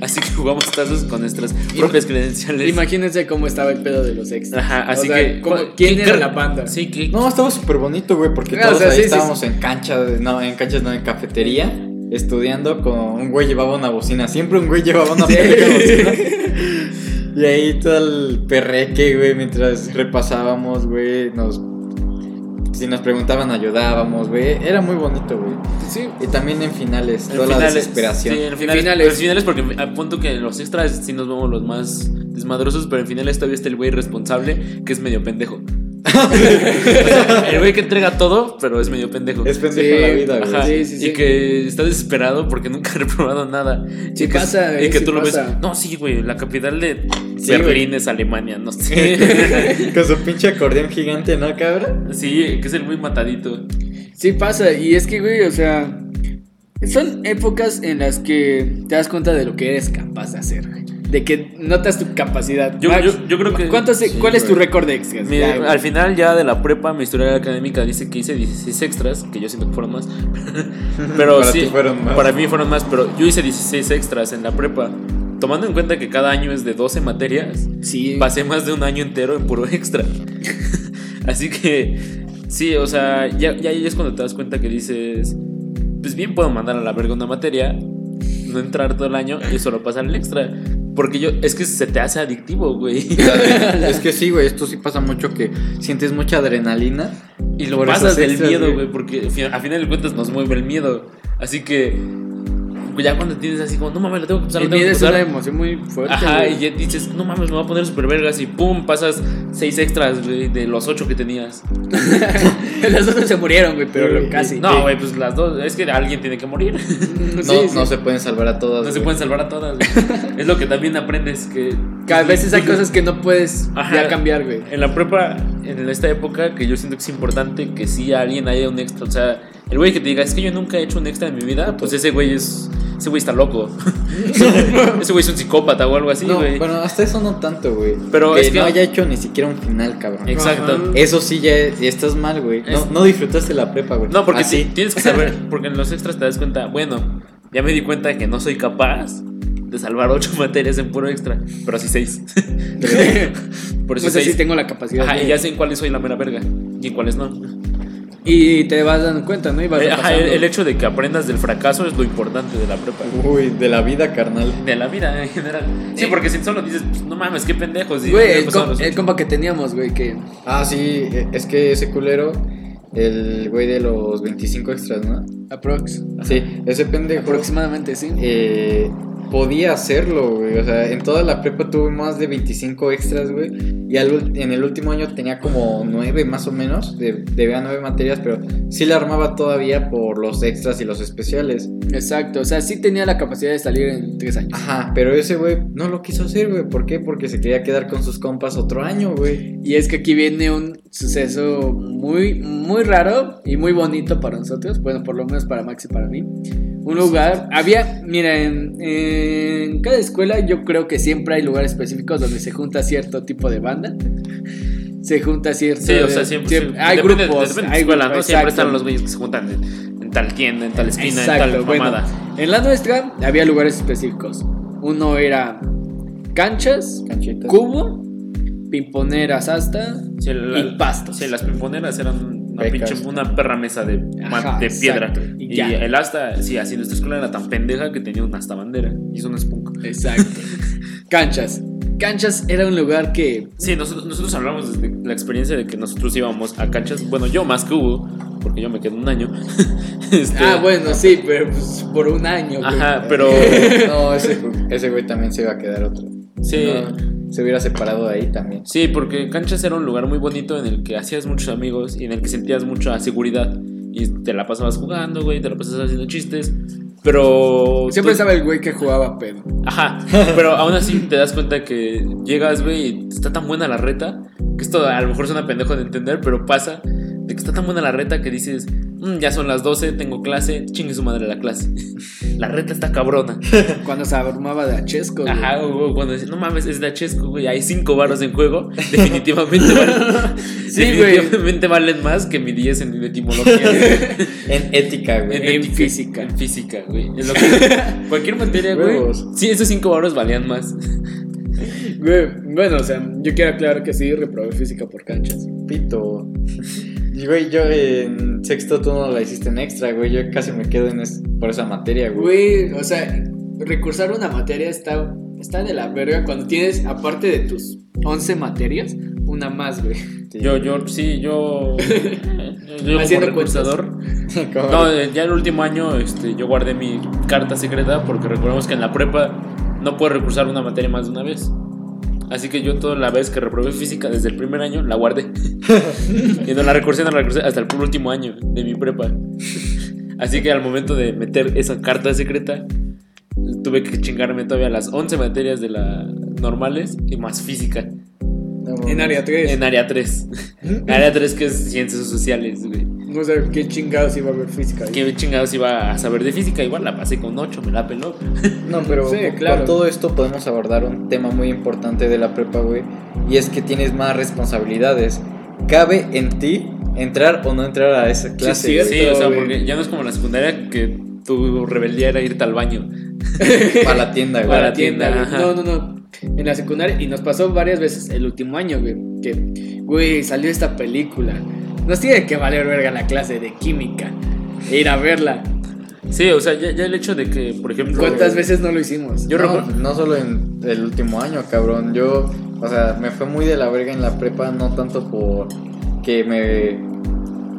B: Así que jugamos tazos con nuestras propias credenciales.
A: Imagínense cómo estaba el pedo de los extras.
B: Ajá,
A: O
B: así
A: sea,
B: que.
A: ¿cómo-
B: ¿cuál-
A: ¿Quién era
B: cre-
A: la banda?
B: Sí, que.
C: No, estaba súper bonito, güey, porque
A: Ah,
C: todos
A: o sea,
C: ahí
A: sí, sí,
C: estábamos en cancha, no, en canchas, no, en cafetería, estudiando con un güey llevaba una bocina, siempre un güey llevaba una pendeja bocina. Y ahí todo el perreque, güey, mientras repasábamos, güey, nos si nos preguntaban ayudábamos, güey, era muy bonito, güey.
A: Sí.
C: Y también en finales, toda la desesperación.
B: Sí, en finales,
A: finales.
B: pero en finales porque a punto que en los extras sí nos vemos los más desmadrosos, pero en finales todavía está este el güey responsable que es medio pendejo. O sea, el güey que entrega todo, pero es medio pendejo.
C: Es pendejo
A: Sí,
C: la vida, güey.
B: Ajá,
A: Sí, sí, sí.
B: Y que está desesperado porque nunca ha reprobado nada.
A: Sí
B: y que,
A: pasa,
B: y
A: eh,
B: que
A: sí
B: tú lo
A: pasa.
B: ves. No, sí, güey, la capital de
C: Sí,
B: Berlín es Alemania, no sé.
C: Con su pinche acordeón gigante, ¿no, cabra?
B: sí, que es el güey matadito.
A: Sí pasa, y es que, güey, o sea, son épocas en las que te das cuenta de lo que eres capaz de hacer, güey. De que notas tu capacidad.
B: Yo- yo- yo creo que-
A: ¿cuántos-
C: sí,
A: ¿Cuál es tu
C: güey.
A: récord de extras?
B: Mi-
A: Ya, güey.
B: al final ya de la prepa, mi historia académica dice que hice 16 extras, que yo siento que fueron más. pero
C: Para
B: sí,
C: ti fueron más.
B: Para mí fueron más, pero yo hice 16 extras en la prepa. Tomando en cuenta que cada año es de 12 materias,
A: Sí.
B: pasé más de un año entero en puro extra. Así que, sí, o sea, ya, ya ahí es cuando te das cuenta que dices, pues bien puedo mandar a la verga una materia, no entrar todo el año y solo pasar el extra. Porque yo, es que se te hace adictivo, güey.
C: es que sí, güey, esto sí pasa mucho que sientes mucha adrenalina.
B: Y lo
C: Por
B: pasas
C: esos
B: del
C: extras,
B: miedo,
C: güey.
B: güey, porque fi- a final de cuentas nos mueve el miedo. Así que güey, ya cuando tienes así como, no mames, lo tengo que pasar, lo
A: El
B: tengo
A: miedo
B: que
A: es una
B: pasar.
A: emoción muy fuerte.
B: Ajá,
A: güey.
B: y ya dices, no mames, me voy a poner super vergas y pum, pasas seis extras, güey, de los ocho que tenías.
A: Las otras se murieron, güey, pero
C: Sí,
A: casi.
B: No, güey, pues las dos, es que alguien tiene que morir.
A: no,
C: No,
A: sí,
C: no
A: sí.
C: se pueden salvar a
B: No
C: todas.
B: se
C: güey.
B: pueden salvar a todas. güey. Es lo que también aprendes que...
A: Que a veces hay cosas que no puedes
B: Ajá.
A: ya cambiar, güey.
B: En la prepa, en esta época, que yo siento que es importante que si alguien haya un extra. O sea, el güey que te diga, es que yo nunca he hecho un extra en mi vida, pues ese güey es. Ese güey está loco. ese güey es un psicópata o algo así,
C: no,
B: güey.
C: bueno, hasta eso no tanto, güey.
B: Pero
C: que
B: es que-
C: no haya hecho ni siquiera un final, cabrón.
B: Exacto.
A: Ajá.
C: Eso sí ya es- ya estás mal, güey. No,
B: Es-
C: no disfrutaste la prepa, güey.
B: No, porque
C: Así.
B: ti- tienes que saber, porque en los extras te das cuenta, bueno, ya me di cuenta de que no soy capaz de salvar ocho materias en puro extra, pero sí seis. Por
A: No
B: eso
A: sé si
B: seis.
A: Pues tengo la capacidad.
B: Ajá,
A: de-
B: y ya sé en cuáles soy la mera verga y en cuáles no.
A: Y te vas dando cuenta, Pues, ¿no? Y vas
B: Eh, ajá,
A: repasando.
B: el, el hecho de que aprendas del fracaso es lo importante de la prepa.
C: Uy, de la vida, carnal.
B: De la vida en general. Sí, porque si solo dices, pues, no mames, qué pendejos. y
A: Güey,
B: ya
A: el,
B: pasaron
A: com-
B: los
A: el
B: ocho.
A: compa que teníamos, güey, que
C: Ah, sí, eh, es que ese culero, el güey de los 25 extras, ¿no?
A: aprox,
C: Sí, ese pendejo
A: aproximadamente, sí.
C: eh, podía hacerlo, güey. O sea, en toda la prepa tuve más de 25 extras, güey. Y al ul- en el último año tenía como 9 más o menos. De, debía 9 materias, pero sí la armaba todavía por los extras y los especiales.
A: Exacto, o sea, sí tenía la capacidad de salir en tres años.
C: Ajá, pero ese güey no lo quiso hacer, güey. ¿Por qué? Porque se quería quedar con sus compas otro año, güey.
A: Y es que aquí viene un suceso muy, muy raro y muy bonito para nosotros. Bueno, por lo menos para Max y para mí. Un lugar, había, mira, en, en cada escuela yo creo que siempre hay lugares específicos donde se junta cierto tipo de banda. Se junta cierto.
B: Sí, o sea, siempre. sí,
A: hay
B: depende-
A: grupos.
B: depende de la
A: hay
B: escuela,
A: grupos,
B: ¿no?
A: exacto.
B: Siempre están los güeyes que se juntan en, en tal tienda, en tal esquina, en
A: Exacto,
B: tal
A: bueno.
B: mamada.
A: En la nuestra había lugares específicos. Uno era canchas,
C: Canchitas.
A: cubo, pimponeras hasta.
B: Sí, la-
A: Y pastos.
B: Sí, las pimponeras eran una,
C: Becas.
B: pinche, una perra mesa de, ma-
A: Ajá,
B: de piedra.
A: exacto. Y
B: Y,
A: ya.
B: el asta, sí, así nuestra escuela era tan pendeja que tenía una asta bandera. Y eso no es punk.
A: Exacto. canchas. Canchas era un lugar que.
B: Sí, nosotros, nosotros hablamos desde la experiencia de que nosotros íbamos a canchas. Bueno, yo más que hubo, porque yo me quedé un año. Este,
A: Ah, bueno, sí, pero pues, por un año. güey.
B: Ajá, pero.
C: No, ese, ju- ese güey también se iba a quedar otro.
B: Sí.
A: Ah.
C: No, se hubiera separado de ahí también.
B: Sí, porque Canchas era un lugar muy bonito en el que hacías muchos amigos y en el que sentías mucha seguridad. Y te la pasabas jugando, güey, te la pasabas haciendo chistes. Pero. pues
A: Siempre
B: tú-
A: estaba el güey que jugaba pedo.
B: Ajá, pero aún así te das cuenta que llegas, güey, y está tan buena la reta, que esto a lo mejor suena pendejo de entender, pero pasa, de que está tan buena la reta que dices, "Mm, ya son las 12, tengo clase, chingue su madre la clase. la reta está cabrona.
A: Cuando se armaba de achesco. güey.
B: Ajá, güey, cuando dices, no mames, es de Achesco, güey, hay cinco barros en juego, definitivamente valen,
A: Sí,
B: definitivamente valen más que mi 10 en etimología. güey.
C: En ética, güey.
A: En
B: ética,
A: física.
B: En física, güey. En lo que- cualquier materia, güey.
C: Huevos.
B: Sí, esos cinco barros valían más.
A: Güey, bueno, o sea, yo quiero aclarar que sí reprobé física por canchas.
C: Pito. Y, güey, yo en sexto tú no la hiciste en extra, güey. Yo casi me quedo en es- por esa materia, güey.
A: Güey, o sea, recursar una materia está, está de la verga cuando tienes, aparte de tus 11 materias, una más, güey.
C: Sí.
B: Yo, yo, sí, yo. yo
A: Haciendo
B: como recursador.
C: Como-
B: No, eh, ya el último año este, yo guardé mi carta secreta porque recordemos que en la prepa no puedes recursar una materia más de una vez. Así que yo toda la vez que reprobé física desde el primer año la guardé. y no la recursé, no la recursé hasta el último año de mi prepa. Así que al momento de meter esa carta secreta, tuve que chingarme todavía las 11 materias de las normales y más física.
C: No,
A: En área 3.
B: En área 3. área 3 que es ciencias sociales, güey.
A: No sé qué chingados iba a haber física. ahí.
B: ¿Qué chingados iba a saber de física? Igual la pasé con 8, me la peló.
C: No, pero
A: Sí,
C: con-
A: claro.
C: con todo esto podemos abordar un tema muy importante de la prepa, güey. Y es que tienes más responsabilidades. Cabe en ti entrar o no entrar a esa clase.
A: cierto.
B: Sí, o sea,
A: güey.
B: porque ya no es como la secundaria que tu rebeldía era irte al baño.
C: güey, para la tienda, güey.
A: Para
B: Para
A: la tienda,
B: tienda,
A: güey.
B: ajá.
A: No, no, no. En la secundaria, y nos pasó varias veces el último año, güey, que, güey, salió esta película. Nos tiene que valer verga la clase de química. E ir a verla.
B: Sí, o sea, ya, ya el hecho de que, por ejemplo.
A: ¿Cuántas veces no lo hicimos?
B: Yo
C: no,
B: recuerdo-
C: no solo en el último año, cabrón. Yo, o sea, me fue muy de la verga en la prepa, no tanto por que me.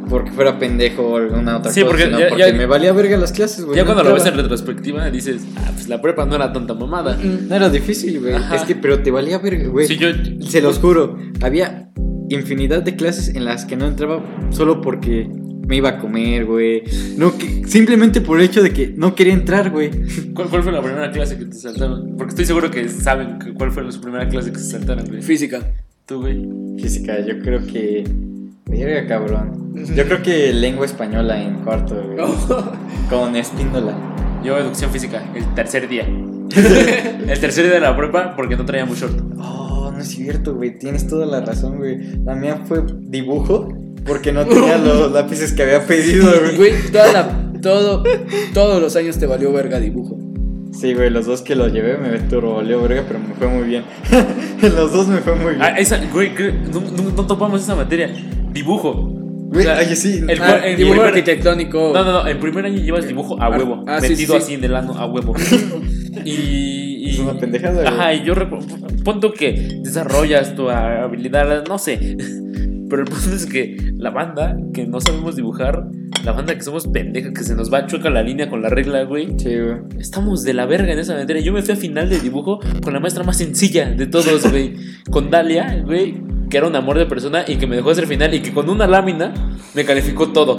C: Porque fuera pendejo o alguna otra
B: Sí,
C: cosa,
B: porque
C: sino
B: ya-
C: porque
B: ya-
C: me valía verga las clases, güey.
B: Ya
C: no
B: cuando lo ves en
C: entraba.
B: retrospectiva, dices, ah, pues la prepa no era tanta mamada.
A: Mm,
C: No era difícil, güey.
B: Ajá.
C: Es que, pero te valía verga, güey.
B: Sí, yo.
C: Se los juro, había infinidad de clases en las que no entraba solo porque me iba a comer, güey. No, que- simplemente por el hecho de que no quería entrar, güey.
B: ¿Cuál, cuál fue la primera clase que te saltaron? Porque estoy seguro que saben que- cuál fue su primera clase que se saltaron, güey.
A: Física.
B: Tú, güey.
C: Física, yo creo que. Verga, cabrón. Yo creo que lengua española en cuarto, güey.
B: Oh.
C: Con espíndola.
B: Yo, educación física, el tercer día. el tercer día de la prepa, porque no traía mucho short.
C: Oh, no es cierto, güey. Tienes toda la razón, güey. La mía fue dibujo porque no tenía los lápices que había pedido, güey.
A: Güey, toda la- todo, todos los años te valió verga dibujo.
C: Sí, güey, los dos que lo llevé me turboleo, verga, pero me fue muy bien. los dos me fue muy bien.
B: Ah, esa, güey, creo- no, no- no topamos esa materia. Dibujo.
C: Güey,
B: O sea,
C: oye, sí.
B: el-
A: Ah,
B: el
A: dibujo
B: primer-
A: arquitectónico.
B: No, no, no, en primer año llevas dibujo a
A: Ah,
B: huevo,
A: ah, sí,
B: metido
A: sí.
B: así en el ano a huevo. y, y-
C: Es una pendejada, güey.
B: Ajá, y yo recu- punto que desarrollas tu habilidad, no sé. Pero el punto es que la banda que no sabemos dibujar, la banda que somos pendejas, que se nos va chueca la línea con la regla, güey.
C: Sí, güey.
B: Estamos de la verga en esa materia. Yo me fui a final de dibujo con la maestra más sencilla de todos, güey. Con Dalia, güey, que era un amor de persona y que me dejó hacer final y que con una lámina me calificó todo.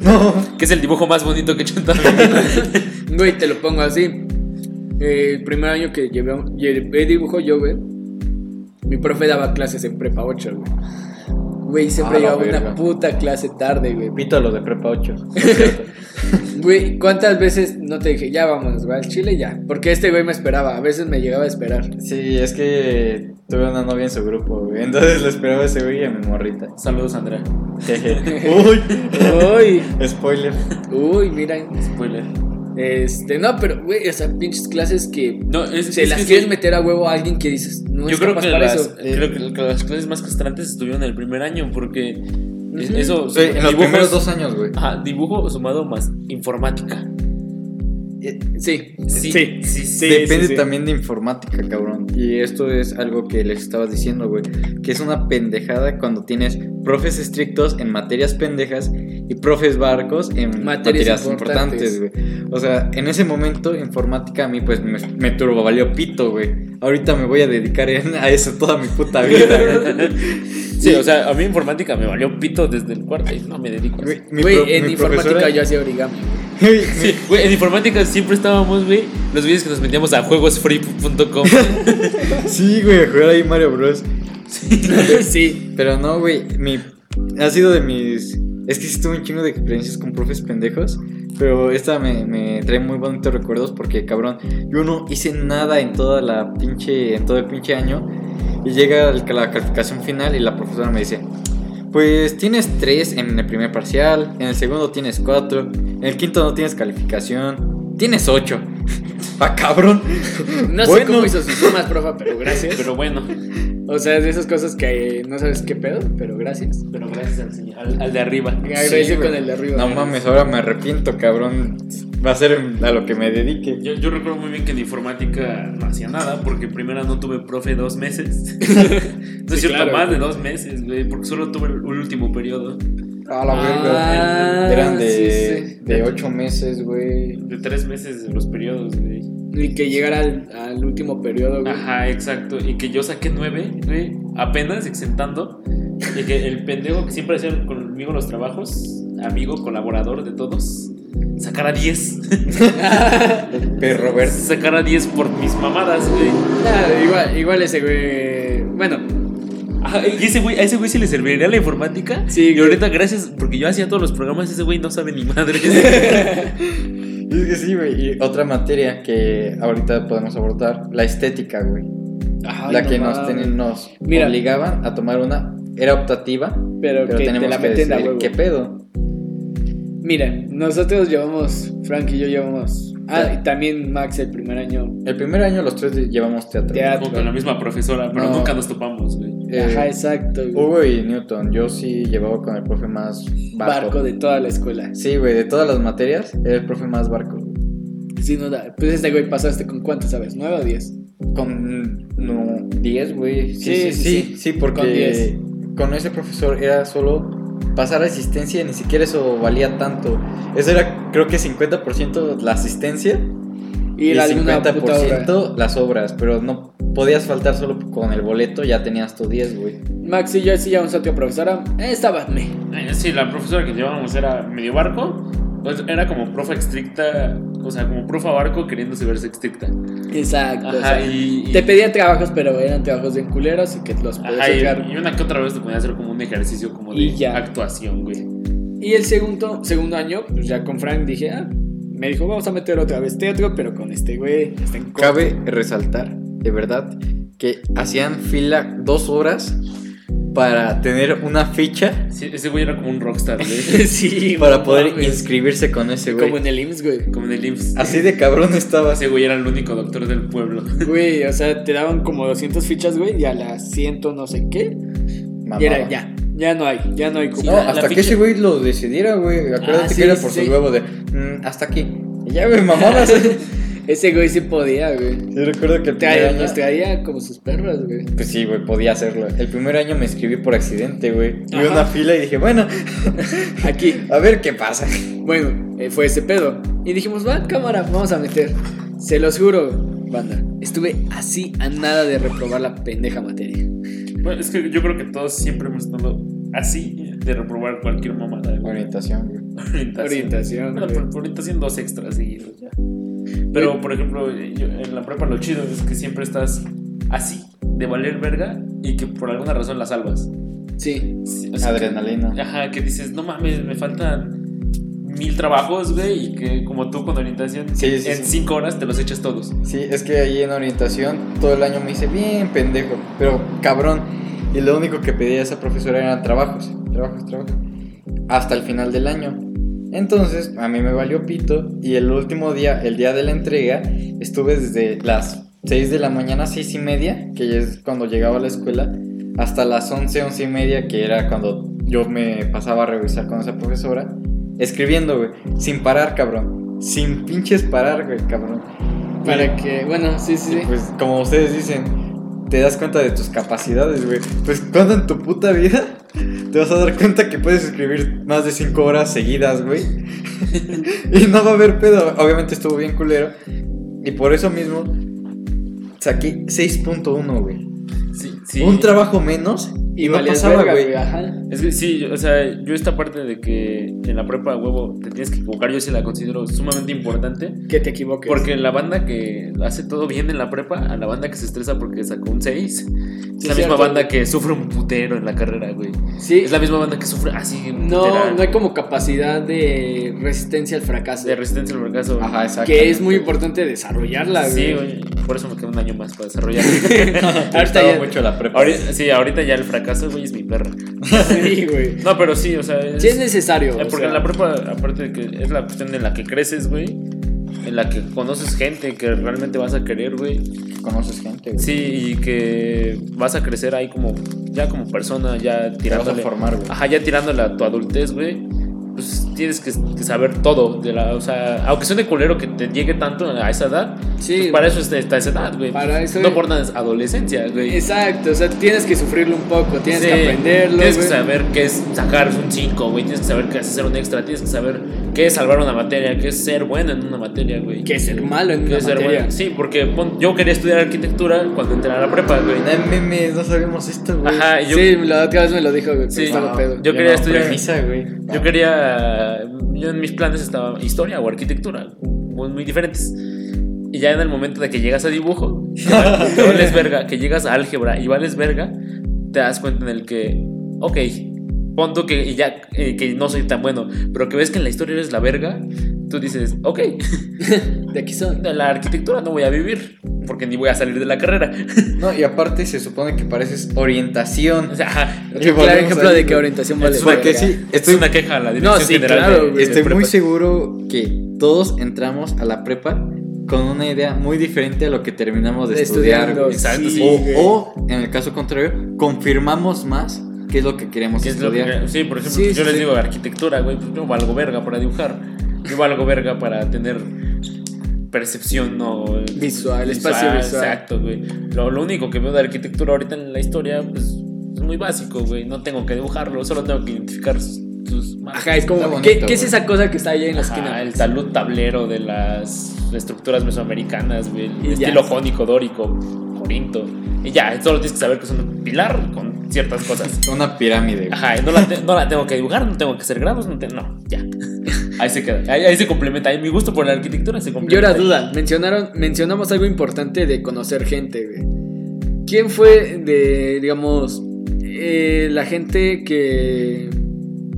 C: No.
B: Que es el dibujo más bonito que he hecho en toda mi vida.
A: Güey, te lo pongo así. Eh, el primer año que llevé, llevé dibujo yo, güey. Mi profe daba clases en prepa 8, güey. Güey,
B: Ah,
A: siempre
C: A la
A: llevaba una
C: verga.
A: puta clase tarde, güey.
C: Pito lo de prepa 8.
A: Güey, ¿cuántas veces no te dije, ya vámonos, güey, al Chile ya? Porque este güey me esperaba, a veces me llegaba a esperar.
C: sí, es que tuve una novia en su grupo, güey. Entonces lo esperaba ese güey y a mi morrita.
B: Saludos, Andrea.
C: Jeje. Uy.
A: Uy,
C: Spoiler.
A: uy, mira,
B: Spoiler.
A: Este, no, pero, güey, o sea, pinches clases que
B: No, es,
A: se
B: es
A: las
B: que
A: quieres
B: sí.
A: meter a huevo a alguien que dices, no
B: Yo
A: es
B: creo
A: capaz
B: que,
A: para
B: las,
A: eso. Eh,
B: creo que que las clases más castrantes estuvieron en el primer año porque es-
A: Ujú.
B: eso...
C: Sí, en los
B: dibujos-
C: primeros dos años, güey.
B: Ajá, dibujo sumado más informática.
A: eh, sí,
B: Sí,
E: Sí.
B: sí, sí.
C: Depende
E: sí, sí.
C: también de informática, cabrón. Y esto es algo que les estabas diciendo, güey. Que es una pendejada cuando tienes profes estrictos en materias pendejas y profes barcos en
A: Materias
C: materias,
A: importantes.
C: importantes, güey. O sea, en ese momento informática a mí pues me, me turbo valió pito, güey. Ahorita me voy a dedicar en- a eso toda mi puta vida. güey.
B: Sí, o sea, a mí informática me valió pito desde el cuarto y no me dedico a eso.
C: Güey, mi
A: Güey,
C: pro-
A: en
C: mi
A: informática
C: profesora-
A: yo hacía origami.
B: Sí, güey, en informática siempre estábamos, güey, los videos que nos metíamos a juegosfree.com.
C: Sí, güey, a jugar ahí Mario Bros.
A: sí.
C: Pero no, güey, mi... Ha sido de mis... Es que sí tuve un chingo de experiencias con profes pendejos, pero esta me, me trae muy bonitos recuerdos porque, cabrón, yo no hice nada en toda la pinche... En todo el pinche año y llega el- la calificación final y la profesora me dice... Pues tienes tres en el primer parcial, en el segundo tienes cuatro, en el quinto no tienes calificación, tienes ocho. ¡Ah, cabrón!
A: No sé
C: Bueno.
A: cómo hizo sus tomas, profa, pero gracias.
B: Pero bueno,
A: O sea, es de esas cosas que eh, no sabes qué pedo, pero gracias.
B: pero gracias al señor, al, al de arriba.
A: Me agradezco
C: güey.
A: con el de arriba.
C: No
A: güey.
C: mames, ahora me arrepiento, cabrón. Va a ser a lo que me dedique.
B: Yo, yo recuerdo muy bien que en informática no hacía nada porque primero no tuve profe dos meses. no es
A: Sí,
B: cierto,
A: claro,
B: más
A: güey.
B: de dos meses, güey, porque solo tuve el último periodo
C: A
A: Ah, la verga. Ah,
C: Eran de,
A: sí, sí.
C: de ocho meses, güey.
B: de tres meses de los periodos, güey.
A: Y que llegara al, al último periodo, güey.
B: Ajá, exacto. Y que yo saqué nueve, güey, apenas exentando. Y que el pendejo que siempre hacía conmigo los trabajos, amigo, colaborador de todos, sacara diez.
C: Perro verde.
B: sacara diez por mis mamadas, güey.
A: Nada, Ah, igual, igual ese güey. Bueno,
B: Ajá, y ese güey, a ese güey sí le serviría la informática.
A: Sí,
B: y ahorita, gracias, porque yo hacía todos los programas, ese güey no sabe ni madre.
C: Es que sí, güey. Y otra materia que ahorita podemos abordar, la estética, güey.
A: Ay,
C: la
A: no
C: que nos,
A: mames.
C: tienen- nos
A: Mira.
C: obligaban a tomar una. Era optativa,
A: pero,
C: pero
A: que te
C: tenemos
A: la
C: que
A: meten a
C: decidir
A: huevo.
C: qué pedo.
A: Mira, nosotros llevamos, Frank y yo llevamos. Ah, y también Max el primer año.
C: El primer año los tres llevamos teatro.
A: Teatro.
B: Como con la misma profesora, pero
C: No.
B: nunca nos topamos, güey.
C: Eh,
A: Ajá, exacto, güey.
C: Hugo y Newton. Yo sí llevaba con el profe más barco.
A: Barco de toda la escuela.
C: Sí, güey, de todas las materias, era el profe más barco.
A: Sí, no da. Pues este güey pasaste con cuánto, ¿sabes? ¿Nueve o diez?
C: Con no, 10, güey.
A: Sí, sí,
C: Sí, sí, sí,
A: sí.
C: sí,
A: Con
C: porque
A: 10.
C: con, ese profesor era solo pasar asistencia, ni siquiera eso valía tanto. Eso era, creo que 50% la asistencia y,
A: Ir a alguna puta obra.
C: 50% las obras, pero no podías faltar solo con el boleto, ya tenías tu 10, güey.
A: Max y yo sí llevamos a otra profesora. Eh, Estaba me.
B: Eh, Sí, la profesora que llevábamos era medio barco. pues, Era como profa estricta, o sea, como profa barco queriéndose verse estricta.
A: Exacto. o
B: Ajá,
A: sea,
B: y, y-
A: Te pedían trabajos, pero eran trabajos bien culeros y que los podías
B: Ajá, y-
A: sacar.
B: y una que otra vez te ponía a hacer como un ejercicio como de
A: Y ya.
B: actuación, güey.
A: Y el segundo, segundo año, pues ya con Frank dije, ah, me dijo, vamos a meter otra vez teatro, pero con este güey. Está en corto.
C: Cabe resaltar, de verdad, que hacían fila dos horas para tener una ficha
B: Sí, ese güey era como un rockstar, güey.
A: sí,
C: para
A: no
C: poder
A: mames.
C: inscribirse con ese, güey.
A: Como en el IMSS, güey.
B: como en el IMSS.
C: Así de cabrón estaba.
B: Ese güey era el único doctor del pueblo.
A: Güey, o sea, te daban como 200 fichas, güey, y a las 100 no sé qué. Y era
C: Mamaba.
A: ya, ya no hay, ya no hay cupo.
C: No,
B: la- la
C: hasta que
B: ficha-
C: ese güey lo decidiera, güey. Acuérdate
A: Ah, sí,
C: que era por
A: sí.
C: su huevo de "Mm, hasta aquí. Y ya, güey, mamadas. Yo
A: Ese güey sí podía, güey.
C: recuerdo que el primer
A: Traía,
C: año.
A: nos traía como sus perros, güey.
C: Pues sí, güey, podía hacerlo. El primer año me escribí por accidente, güey. Vi
A: Ajá.
C: una fila y dije, bueno,
A: Aquí,
C: a ver qué pasa.
A: bueno, eh, fue ese pedo. Y dijimos, va, cámara, vamos a meter. Se los juro, banda. Estuve así a nada de reprobar la pendeja materia.
B: Bueno, es que yo creo que todos siempre hemos estado así de reprobar cualquier mamada. güey.
C: Orientación, güey.
B: Orientación.
A: Orientación.
B: Bueno,
A: güey.
B: por, por orientación dos extras seguidos ya. Pero, por ejemplo, yo- en la prepa lo chido es que siempre estás así, de valer verga, y que por alguna razón la salvas.
A: Sí.
B: Sí, o sea, que-
C: Adrenalina.
B: Ajá, que dices, no mames, me faltan mil trabajos, güey, y que como tú con orientación,
C: Sí, sí,
B: en
C: sí.
B: cinco horas te los echas todos.
C: Sí, es que ahí en orientación todo el año me hice bien pendejo, pero cabrón. Y lo único que pedía esa profesora eran trabajos, trabajos, trabajos. Hasta el final del año. Entonces, a mí me valió pito y el último día, el día de la entrega, estuve desde las 6 de la mañana, 6 y media, que es cuando llegaba a la escuela, hasta las 11, 11 y media, que era cuando yo me pasaba a revisar con esa profesora, escribiendo, güey, sin parar, cabrón, sin pinches parar, güey, cabrón.
A: Para que, bueno, sí, sí,
C: Y
A: sí.
C: pues como ustedes dicen, te das cuenta de tus capacidades, güey. Pues cuando en tu puta vida te vas a dar cuenta que puedes escribir más de 5 horas seguidas, güey. y no va a haber pedo. Obviamente estuvo bien culero. Y por eso mismo saqué 6.1, güey.
B: Sí, sí.
C: Un trabajo menos y, no
A: valías
C: pasaba,
A: verga,
C: güey.
A: Ajá.
B: Es que sí, o sea, yo esta parte de que en la prepa huevo te tienes que equivocar, yo sí la considero sumamente importante.
A: Que te equivoques.
B: Porque la banda que hace todo bien en la prepa, a la banda que se estresa porque sacó un 6, es la misma
A: cierto.
B: banda que sufre un putero en la carrera, güey.
A: sí,
B: Es la misma banda que sufre ah, así,
A: no,
B: putera,
A: no hay como capacidad de resistencia al fracaso.
B: de resistencia al fracaso.
C: Ajá, exacto.
A: que es muy importante desarrollarla,
B: Sí,
A: güey.
B: güey. Por eso me queda un año más para desarrollar.
A: Ahorita ya-
C: mucho la prepa.
B: ahorita, sí, ahorita ya el fracaso, güey, es mi perro.
A: Sí, güey.
B: No, pero sí, o sea. es-
A: Sí es necesario.
B: Eh,
A: o
B: porque
A: sea,
B: en la prepa, aparte de que es la cuestión en la que creces, güey. En la que conoces gente que realmente vas a querer, güey.
C: conoces gente, güey.
B: Sí, y que vas a crecer ahí como, ya como persona, ya
C: Te vas a
B: tirándole.
C: formar, güey.
B: Ajá, ya tirándole a tu adultez, güey. Pues tienes que, que saber todo. De la, o sea, aunque suene culero que te llegue tanto a esa edad,
A: Sí.
B: pues para eso está, está esa edad, güey.
A: Para eso-
B: No por nada es adolescencia, güey.
A: Exacto, o sea, tienes que sufrirlo un poco, tienes
B: Sí,
A: que aprenderlo.
B: Tienes
A: güey.
B: que saber qué es sacar un 5, güey. Tienes que saber qué es hacer un extra. Tienes que saber qué es salvar una materia, qué es ser bueno en una materia, güey.
A: Qué es ser malo en
B: Qué
A: una
B: es ser
A: materia.
B: bueno. Sí, porque pon- yo quería estudiar arquitectura cuando entré a la prepa, güey.
C: No mames, no sabemos esto, güey.
B: Ajá, ah, yo,
A: Sí, la otra vez me lo dijo, güey. pero
B: Sí.
A: estaba
B: Wow.
A: pedo.
B: Yo quería estudiar-
C: Premisa, güey.
B: yo quería. Yo en mis planes estaba historia o arquitectura, muy, muy diferentes. Y ya en el momento de que llegas a dibujo, que va- que vales verga, que llegas a álgebra y vales verga, te das cuenta en el que, ok, pon tú que y ya eh, que no soy tan bueno, pero que ves que en la historia eres la verga, tú dices, ok,
A: De aquí son.
B: de la arquitectura no voy a vivir, porque ni voy a salir de la carrera.
C: No, y aparte se supone que pareces orientación.
B: o sea, ajá,
A: Qué claro
C: volvemos
A: ejemplo
C: ahí,
A: de que
C: güey.
A: orientación vale.
B: Es una
A: verga.
C: Porque sí,
B: es
C: estoy,
B: una queja a la dirección
A: No, sí,
B: general.
A: claro,
B: de-
A: güey,
B: de
C: estoy muy
B: prepa.
C: seguro que todos entramos a la prepa con una idea muy diferente a lo que terminamos de estudiar.
A: Estudiando.
C: güey.
B: Exacto,
A: sí,
B: sí.
A: güey.
C: O, o, en el caso contrario, confirmamos más qué es lo que queremos
B: ¿Qué es lo
C: estudiar.
B: que- sí, por ejemplo, pues
A: Sí,
B: yo
A: sí,
B: les
A: sí.
B: digo arquitectura, güey, pues yo valgo verga para dibujar. Yo valgo verga para tener percepción o
A: Visual, espacio visual.
B: Exacto, güey. Lo, lo único que veo de arquitectura ahorita en la historia, pues es muy básico, güey. No tengo que dibujarlo, solo tengo que identificar sus, sus marcas.
A: Ajá, es como.
C: Está
A: ¿qué,
C: bonito,
A: qué es
C: güey.
A: esa cosa que está ahí en la
B: Ajá,
A: esquina?
B: el salud tablero de las estructuras mesoamericanas, güey, el
A: Y ya.
B: estilo jónico, dórico, corinto. Y ya, solo tienes que saber que es un pilar con ciertas cosas.
C: Una pirámide. güey.
B: Ajá, y no la, te- no la tengo que dibujar, no tengo que hacer grados, no, te- no ya. Ahí se queda, ahí, ahí se complementa, ahí mi gusto por la arquitectura se
A: Yo
B: complementa.
A: era duda. Mencionaron, mencionamos algo importante de conocer gente, güey. ¿Quién fue de, digamos, eh, la gente que.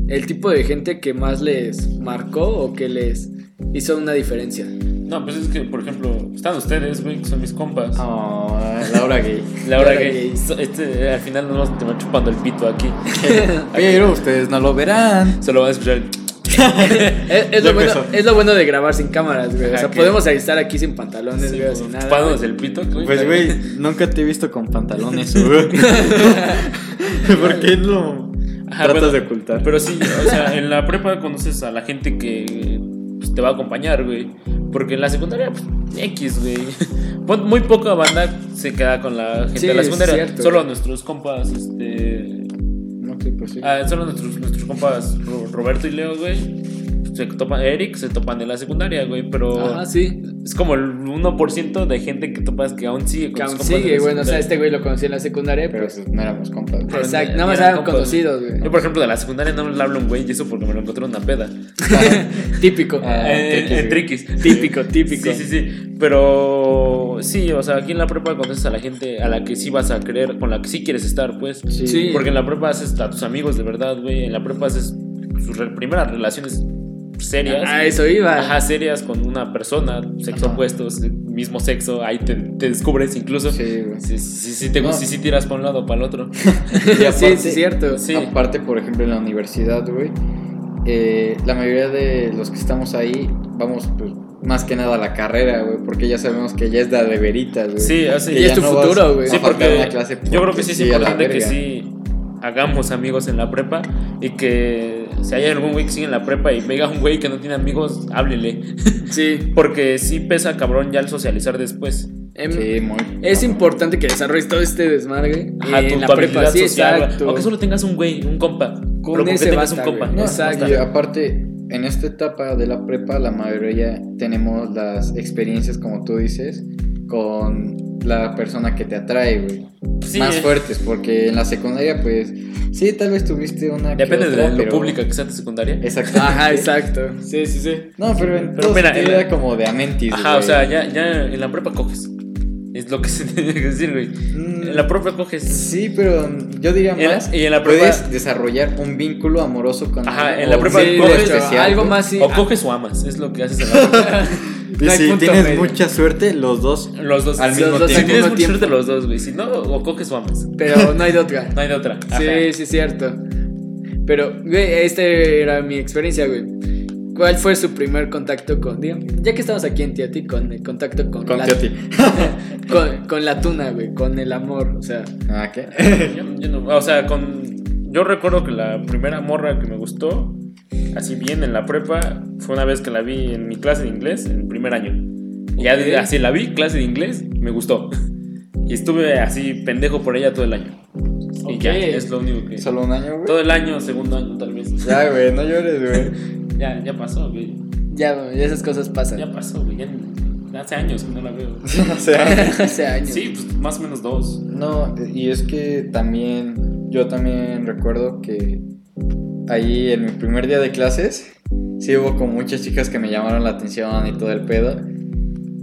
A: El tipo de gente que más les marcó o que les hizo una diferencia?
B: No, pues es que, por ejemplo, están ustedes, güey, que son mis compas.
C: Oh, Laura Gay.
B: Laura
A: Laura
B: que
A: Ah, Gay.
B: so- este, al final nos vamos a terminar chupando el pito aquí.
C: Pero ustedes no lo verán.
B: Solo van a escuchar. el-
A: Es, es
C: Ya
A: lo bueno,
C: empezó.
A: es lo bueno de grabar sin cámaras, güey. O
B: Ajá,
A: sea,
B: que-
A: podemos estar aquí sin pantalones, güey, sin nada. güey.
B: Chupándonos el pito, güey.
C: Pues, güey, nunca te he visto con pantalones. güey. ¿Por qué lo
B: Ajá,
C: tratas
B: bueno,
C: de ocultar?
B: Pero sí, o sea, en la prepa conoces a la gente que pues, te va a acompañar, güey. Porque en la secundaria, pues, X, güey. Pon- Muy poca banda se queda con la gente
A: Sí,
B: de la
A: es
B: secundaria.
A: cierto,
B: solo
A: güey.
B: nuestros compas, este.
C: No, sí, pues sí.
B: ah, solo nuestros, nuestros compas Ro- Roberto y Leo, güey. Se topan, Eric se topan en la secundaria, güey. Pero
A: Ajá, sí.
B: es como el 1% de gente que topas que aún sigue con
A: Que
B: sus
A: aún
B: compas de
A: sigue,
B: la
A: bueno, o sea,
B: secundaria.
A: este güey lo conocí en la secundaria,
C: Pero
A: pero.
C: pues, no éramos compas.
B: Pero
A: Exacto,
B: ni-
A: nada
B: ni
A: más
B: eran
A: eran
B: compas,
A: conocidos, güey.
B: Yo, por ejemplo, de la secundaria no le hablo a un güey y eso porque me lo encontré en una peda.
A: Típico.
C: Ah,
B: Eh,
C: triquis,
B: en
C: güey.
B: triquis.
A: Típico, típico.
B: Sí, sí, sí. Pero sí, o sea, aquí en la prepa conoces a la gente a la que sí vas a creer, con la que sí quieres estar, pues.
C: Sí.
A: Sí.
B: Porque en la prepa haces a tus amigos de verdad, güey. En la prepa haces sus re- primeras relaciones serias.
A: A eso iba.
B: Ajá, serias con una persona, sexo
C: Ajá.
B: opuesto, se- mismo sexo. Ahí te, te descubres incluso. Sí.
C: Sí, güey.
B: Sí, sí, sí, te,
C: No.
B: sí, sí tiras para un lado o para el otro.
C: Y
A: sí,
C: aparte-
A: sí, es cierto.
B: Sí.
C: Aparte, por ejemplo, en la universidad, güey, eh, la mayoría de los que estamos ahí vamos pues, más que nada a la carrera, güey, porque ya sabemos que ya es la de veritas, güey.
B: Sí, así.
C: Que
A: Y es tu
C: vas
A: futuro,
C: a
A: güey.
B: Sí,
C: faltar
B: porque
C: una clase
B: yo creo
C: porque
B: que sí es
C: a la
B: importante que
C: verga.
B: sí hagamos amigos en la prepa y que si hay algún güey que sigue en la prepa y pega un güey que no tiene amigos, háblele.
A: Sí.
B: Porque sí pesa cabrón ya al socializar después.
A: Em,
C: Sí, muy.
A: Es importante que desarrolles todo este desmadre
B: Ajá,
A: en
B: tu
A: la
B: habilidad
A: prepa, sí,
B: social.
A: exacto.
B: Aunque solo tengas un güey, un compa. Pero que
A: ese
B: tengas
A: basta,
B: un compa.
A: güey.
B: No,
A: Exacto.
C: Y aparte, en esta etapa de la prepa, la mayoría tenemos las experiencias, como tú dices, con la persona que te atrae, güey.
B: sí,
C: Más
B: eh,
C: fuertes, porque en la secundaria, pues, sí, tal vez tuviste una. que
B: Depende
C: otra,
B: de lo
C: pero-
B: pública que sea tu secundaria.
C: Exactamente.
A: Ajá, exacto. Sí, sí, sí.
C: No, pero en
B: Pero
C: todo
B: mira,
C: sentido
B: en la-
C: era como de amentis,
B: Ajá, o
C: güey.
B: sea, ya, ya en la prepa coges. Es lo que se tiene que decir, güey.
C: Mm,
B: En la prepa coges.
C: Sí, pero mm, yo diría
B: Y en la-
C: más.
B: y en la prepa-
C: puedes desarrollar un vínculo amoroso con.
B: Ajá,
C: alguien
B: en la
C: o
B: prepa
C: un vínculo
B: coges-
C: especial,
A: algo
C: güey.
A: más sí.
B: o coges o amas. Es lo que haces en la prepa.
C: Y
A: No hay
C: si
A: punto
C: tienes
A: medio.
C: mucha suerte, los dos.
B: Los dos
C: Al
B: sí,
C: mismo
B: los dos,
A: tiempo.
B: Si tienes
A: Al
B: mucha
A: mismo
B: suerte los dos, güey. Si no, o coges o amas.
A: Pero no hay de otra.
B: No hay de otra. Ajá.
A: Sí, sí, cierto. Pero, güey, esta era mi experiencia, güey. ¿Cuál fue su primer contacto con, digo, ya que estamos aquí en Tiati, con el contacto con,
C: Con
A: la,
C: Tioti.
A: con, con la tuna, güey, con el amor, o sea,
C: Ah, ¿qué?
B: Yo, yo no- o sea, con. Yo recuerdo que la primera morra que me gustó, así bien en la prepa, fue una vez que la vi en mi clase de inglés, en primer año. Y ya de- así la vi, clase de inglés, me gustó. Y estuve así pendejo por ella todo el año. Y ya,
A: Ok.
B: es lo único que.
C: Solo un año, güey.
B: Todo el año, segundo año tal vez.
C: Ya, güey, no llores, güey.
B: Ya, ya pasó, güey.
A: ya, ya esas cosas pasan.
B: Ya pasó, güey. Ya- hace años que no la veo.
C: O sea,
A: Hace años.
B: Sí, pues más o menos dos.
C: no, y es que también. Yo también recuerdo que. Ahí en mi primer día de clases. Sí hubo con muchas chicas que me llamaron la atención y todo el pedo.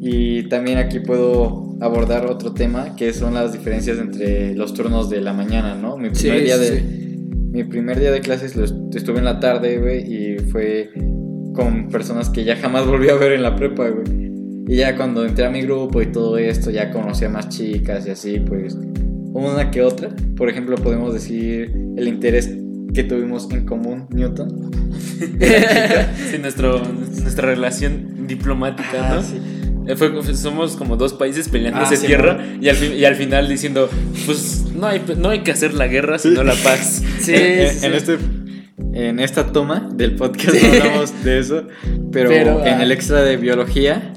C: Y también aquí puedo abordar otro tema que son las diferencias entre los turnos de la mañana, ¿no? Mi
A: Sí,
C: primer día
A: sí,
C: de
A: sí.
C: mi primer día de clases lo est- estuve en la tarde, güey, y fue con personas que ya jamás volví a ver en la prepa, güey. Y ya cuando entré a mi grupo y todo esto, ya conocí a más chicas y así, pues una que otra. Por ejemplo, podemos decir el interés que tuvimos en común, Newton.
B: Sí, nuestro, nuestra relación diplomática, ¿no?
C: Ah, sí.
B: Eh, fue- fue- somos como dos países peleándose
C: Ah, sí,
B: tierra y al, fin- y al final diciendo, pues no hay, no hay que hacer la guerra, sino la paz. Eh,
A: Sí,
C: en,
A: sí,
C: en
A: sí.
C: este- en esta toma del podcast
A: Sí.
C: no hablamos de eso, pero,
A: Pero,
C: en
A: ah.
C: el extra de biología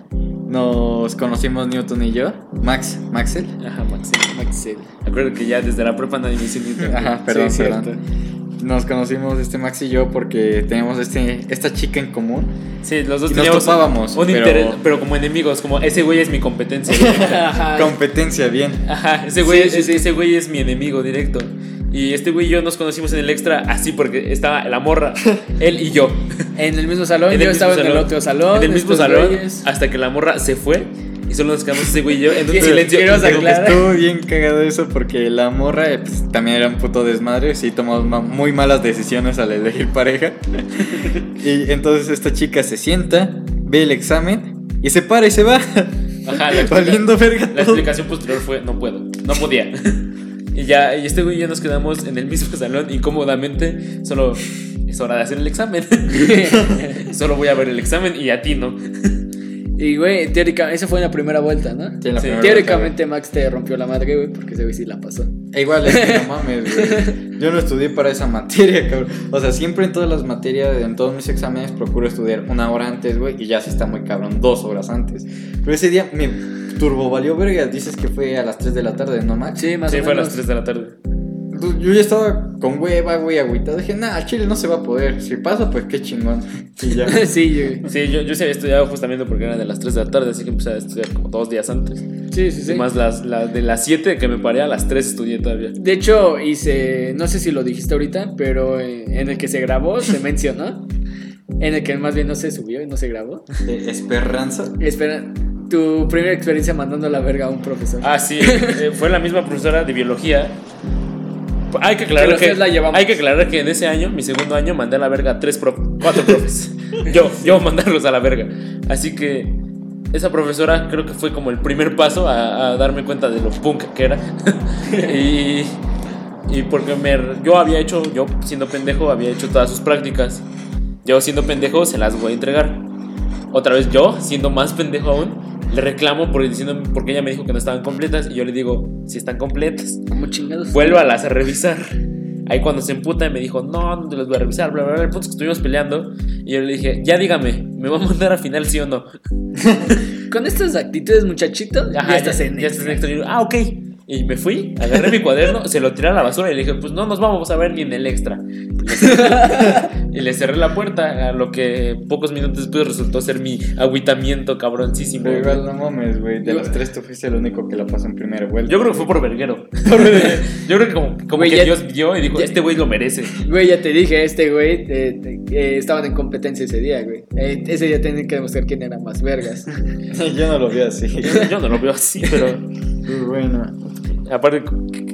C: nos conocimos Newton y yo, Max, Maxel.
B: Ajá, Maxi.
A: Maxel.
B: Acuerdo que ya desde la prepa nadie me dice ni tú.
C: Ajá, perdón,
A: Sí, cierto.
C: perdón. Nos conocimos este Max y yo porque teníamos este, esta chica en común.
B: Sí, los dos
C: Y nos
B: teníamos
C: topábamos,
B: un
C: pero-
B: interés, pero como enemigos, como ese güey es mi competencia.
A: Ajá.
C: Competencia, bien.
B: Ajá, ese güey,
A: Sí, sí,
B: es-
A: sí.
B: ese güey es mi enemigo directo. Y este güey y yo nos conocimos en el extra así porque estaba la morra, él y yo.
A: En el mismo salón,
B: En el
A: yo
B: mismo
A: estaba en el
B: salón.
A: otro salón.
B: En el mismo
A: estos
B: salón,
A: güeyes.
B: hasta que la morra se fue y solo nos quedamos ese güey y yo en un
A: Quiero-
B: silencio.
A: quiero
B: interrumpes-
A: aclarar.
C: Estuvo bien cagado eso porque la morra eh, pues, también era un puto desmadre, sí tomó ma- muy malas decisiones al elegir pareja. y entonces esta chica se sienta, ve el examen y se para y se va.
B: Ajá, la,
C: Valiendo verga
B: la
C: todo.
B: explicación posterior fue no puedo, no podía. Y ya, y este güey y yo nos quedamos en el mismo salón incómodamente, solo es hora de hacer el examen. solo voy a ver el examen y a ti no.
A: Y, güey, teóricamente, esa fue la primera vuelta, ¿no?
C: Sí, la
B: Sí.
C: primera
A: Teóricamente, Max te rompió la madre, güey, porque ese güey sí la pasó.
C: E igual, es que no mames, güey. Yo no estudié para esa materia, cabrón. O sea, siempre en todas las materias, en todos mis exámenes, procuro estudiar una hora antes, güey, y ya se está muy cabrón, dos horas antes. Pero ese día me turbo valió verga. Dices que fue a las 3 de la tarde, ¿no, Max?
A: Sí, más
B: Sí,
A: o
B: fue a
A: menos.
B: las 3 de la tarde.
C: Pues, Yo ya estaba con hueva, güey, agüitado. Dije, nah, al Chile no se va a poder. Si pasa, pues qué chingón. Y ya.
A: sí, güey.
B: Sí, yo, yo sí había estudiado justamente porque era de las 3 de la tarde, así que empecé a estudiar como dos días antes.
A: Sí, sí, sí.
B: Y más las, las de las 7 que me paré a las 3 estudié todavía.
A: De hecho, hice, no sé si lo dijiste ahorita, pero eh, en el que se grabó se mencionó. En el que más bien no se subió y no se grabó.
C: De esperanza.
A: Espera, tu primera experiencia mandando la verga a un profesor.
B: Ah, sí, eh, fue la misma profesora de biología. Hay que, aclarar
A: Biología
B: que,
A: la llevamos.
B: hay que aclarar que en ese año, mi segundo año, mandé a la verga a tres prof, cuatro profes. Yo, yo mandarlos a la verga. Así que esa profesora creo que fue como el primer paso a, a darme cuenta de lo punk que era. y, y porque me, yo había hecho, yo siendo pendejo, había hecho todas sus prácticas. Yo siendo pendejo se las voy a entregar. Otra vez yo, siendo más pendejo aún, le reclamo por diciendo porque ella me dijo que no estaban completas y yo le digo, si están completas,
A: Como chingados.
B: vuelvo a las a revisar. Ahí cuando se emputa y me dijo, no, no te las voy a revisar, bla, bla, bla. El punto es que estuvimos peleando y yo le dije, ya dígame, ¿me va a mandar a final sí o no?
A: Con estas actitudes, muchachito,
B: Ajá,
A: ya estás en extra.
B: ya estás en extra. Y yo, ah, ok. Y me fui, agarré mi cuaderno, se lo tiré a la basura y le dije, pues no nos vamos a ver ni en el extra. Y le cerré, y le cerré la puerta, a lo que pocos minutos después resultó ser mi agüitamiento cabroncísimo.
C: Pero igual no mames, güey. De los tres tú fuiste el único que la pasó en primera vuelta.
B: Yo creo que fue por verguero. Yo creo que como, como
A: Güey,
B: que
A: ya-
B: Dios vio y dijo,
A: ya-
B: este güey lo merece.
A: Güey, ya te dije, este güey, te- te- eh, estaban en competencia ese día, güey. Eh, ese día tenían que demostrar quién era más vergas.
C: Yo no lo vi así.
B: Yo, yo no lo veo así, pero
C: Muy bueno.
B: aparte,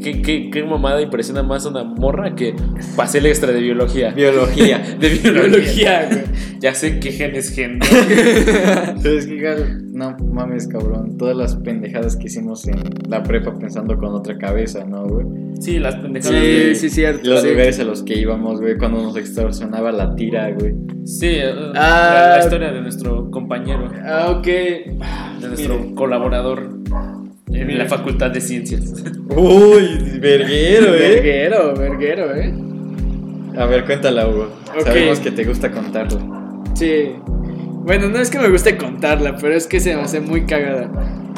B: ¿qué, qué, qué mamada impresiona más a una morra que pasé el extra de biología?
C: Biología.
B: De biología.
A: Biología, güey.
B: Ya sé qué gen es gen. ¿no?
C: ¿Sabes qué, Gal? No mames, cabrón. Todas las pendejadas que hicimos en la prepa pensando con otra cabeza, ¿no, güey?
B: Sí, las pendejadas.
A: Sí,
B: de-
A: sí, cierto.
C: Los
A: sí.
C: lugares a los que íbamos, güey, cuando nos extorsionaba la tira, güey.
B: Sí, eh,
A: Ah.
B: la, la historia de nuestro compañero,
A: Ah, ok.
B: de nuestro
A: Mire.
B: colaborador en la Facultad de Ciencias.
C: Uy, verguero,
A: Verguero, ¿eh? verguero, eh.
C: A ver, cuéntala, Hugo.
A: Ok.
C: Sabemos que te gusta contarla.
A: Sí. Bueno, no es que me guste contarla, pero es que se me hace muy cagada.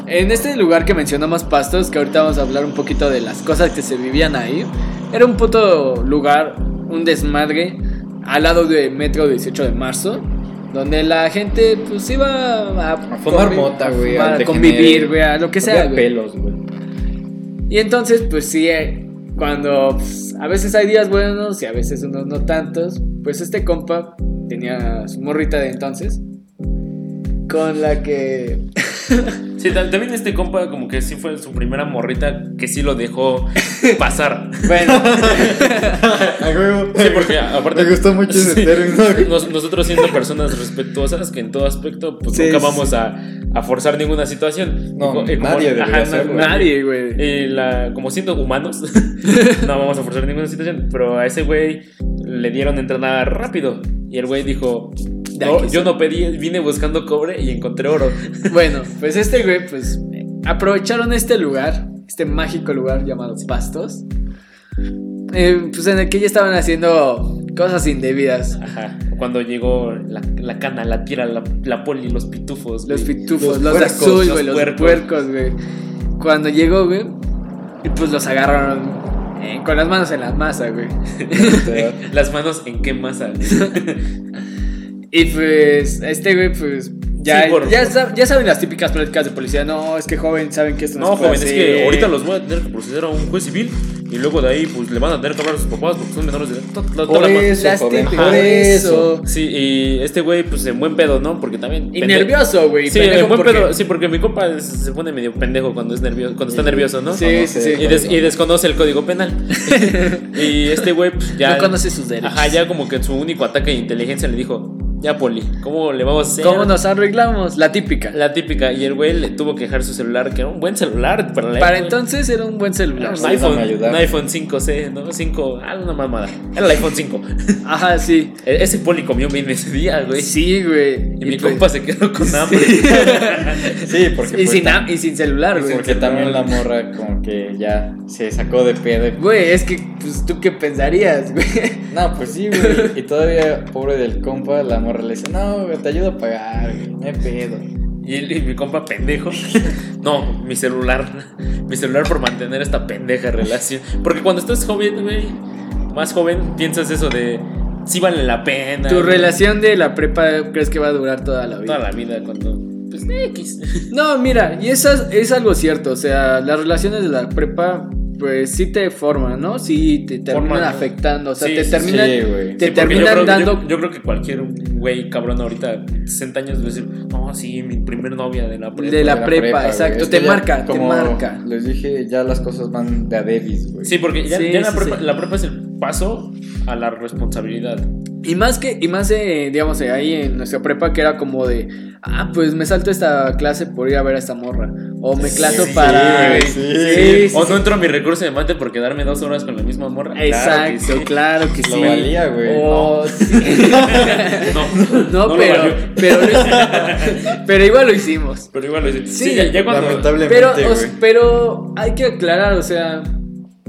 A: En este lugar que mencionamos Pastos, que ahorita vamos a hablar un poquito de las cosas que se vivían ahí, era un puto lugar, un desmadre, al lado de Metro 18 de Marzo, donde la gente pues iba a,
C: fumar
A: convi-
C: mota,
A: a
C: güey,
A: fumar,
C: al
A: a
C: de
A: convivir,
C: genere.
A: güey, a lo que sea.
C: Había
A: güey.
C: pelos, güey.
A: Y entonces, pues sí, eh, cuando pues, a veces hay días buenos y a veces unos no tantos, pues este compa tenía su morrita de entonces, con la que...
B: Sí, ta- también este compa, como que sí fue su primera morrita que sí lo dejó pasar.
A: Bueno,
C: A huevo.
B: Sí, porque aparte.
C: Me gustó mucho ese
B: Sí.
C: término, güey.
B: Nos- nosotros siendo personas respetuosas, que en todo aspecto, pues
A: Sí,
B: nunca
A: sí.
B: vamos a, a forzar ninguna situación.
C: No,
B: Y co- y
C: nadie debería
B: ajá, na-
C: hacerlo.
A: nadie, güey.
B: Y la- como siendo humanos, no vamos a forzar ninguna situación, pero a ese güey le dieron entrada rápido. Y el güey dijo,
A: De
B: "No,
A: aquí soy".
B: yo no pedí, vine buscando cobre y encontré oro.
A: Bueno, pues este güey, pues eh, aprovecharon este lugar, este mágico lugar llamado Pastos, eh, pues en el que ya estaban haciendo cosas indebidas.
B: Ajá. Cuando llegó la, la cana, la tira, la, la poli, los pitufos.
A: Los
B: güey.
A: pitufos, los,
C: Los
A: de
C: puercos,
A: azul,
B: los
A: güey, los
B: puercos.
A: puercos, güey. Cuando llegó, güey, y pues los agarraron eh, con las manos en la masa, güey.
B: Las manos en qué masa.
A: Y pues, este güey, pues, ya,
B: Sí, por-
A: ya, sab- ya saben las típicas prácticas de policía. No, es que joven, saben que esto no,
B: No,
A: se puede
B: joven, es
A: hacer".
B: que ahorita los voy a tener que procesar a un juez civil y luego de ahí pues le van a tener que hablar a sus papás porque son menores de edad. To- to- toda
C: Por
B: la ma-
C: eso,
A: Las
C: joven,
A: típicas,
C: por eso.
A: eso.
B: Sí, y este güey pues en buen pedo, ¿no? Porque también...
A: Y
B: pende-
A: nervioso, güey.
B: Sí,
A: pendejo,
B: en buen
A: porque-
B: pedo, sí, porque mi compa es- se pone medio pendejo cuando es nervioso, cuando está nervioso, ¿no?
A: Sí, sí, sí.
B: Y, des- y desconoce el código penal. y este güey pues, ya
A: No conoce sus derechos.
B: Ajá, ya como que en su único ataque de inteligencia le dijo, "Ya poli, ¿cómo le vamos a hacer?"
A: ¿Cómo nos arreglamos? La típica.
B: La típica y el güey le tuvo que dejar su celular, que era un buen celular para la
A: Para
B: época.
A: entonces era un buen
B: Era
A: celular.
B: un
C: Sí,
B: iPhone,
C: dame ayudar.
B: un iPhone 5C, ¿no? 5, ah, una mamada. Era el iPhone 5.
A: Ajá, sí.
B: E- Ese poli comió bien ese día, güey.
A: Sí, güey.
B: Y mi
A: pues-
B: compa se quedó con hambre.
C: Sí, porque.
A: y
C: pues,
A: sin,
C: tam-
A: am- y sin celular, güey.
C: Porque también la morra, como que ya se sacó de pedo y
A: Güey, es que, pues, ¿tú qué pensarías, güey?
C: No, pues sí, güey. Y todavía, pobre del compa, la morra le dice, no, güey, te ayudo a pagar, güey, no hay pedo.
B: Y, el- y mi compa pendejo. No, mi celular. Mi celular por mantener esta pendeja relación. Porque cuando estás joven, güey, más joven, piensas eso de sí vale la pena.
A: Tu
B: güey,
A: relación de la prepa crees que va a durar toda la vida.
B: Toda la vida cuando. Pues X.
A: No, mira, y eso es, es algo cierto. O sea, las relaciones de la prepa, pues sí te forman, ¿no? Sí, te terminan
B: Forman.
A: afectando. O sea,
B: Sí,
A: te
B: sí,
A: terminan.
C: sí, güey.
A: te
B: Sí, porque
A: terminan
B: yo creo, que-
A: dando.
B: Yo, yo creo que cualquier güey cabrón ahorita, 60 años, va a decir, no, sí, mi primer novia de la prepa.
A: De la-
C: De
A: prepa,
C: güey.
A: exacto,
C: Es que
A: te
C: ya,
A: marca, te
C: como
A: marca.
C: Les dije, ya las cosas van de a Davis, güey.
B: Sí, porque ya,
A: Sí,
B: ya la,
A: sí,
B: prepa,
A: sí.
B: la prepa es el paso a la responsabilidad.
A: Y más que, y más eh, digamos, eh, ahí en nuestra prepa que era como de, ah, pues me salto esta clase por ir a ver a esta morra. O me claso
B: Sí,
A: para.
B: güey,
A: Sí,
B: sí,
A: sí,
B: sí. O
A: sí.
B: no entro a mi recurso de mate por quedarme dos horas con la misma morra. Claro que
A: Exacto,
B: sí.
A: claro que sí.
C: Lo valía, güey.
A: O-
B: No,
A: No,
B: no lo
A: pero,
B: valió.
A: pero, lo- pero igual lo hicimos.
B: Pero igual lo hice.
A: Sí,
B: Sí, ya, ya cuando.
C: Lamentablemente,
A: Pero,
C: güey.
A: os- pero hay que aclarar, o sea,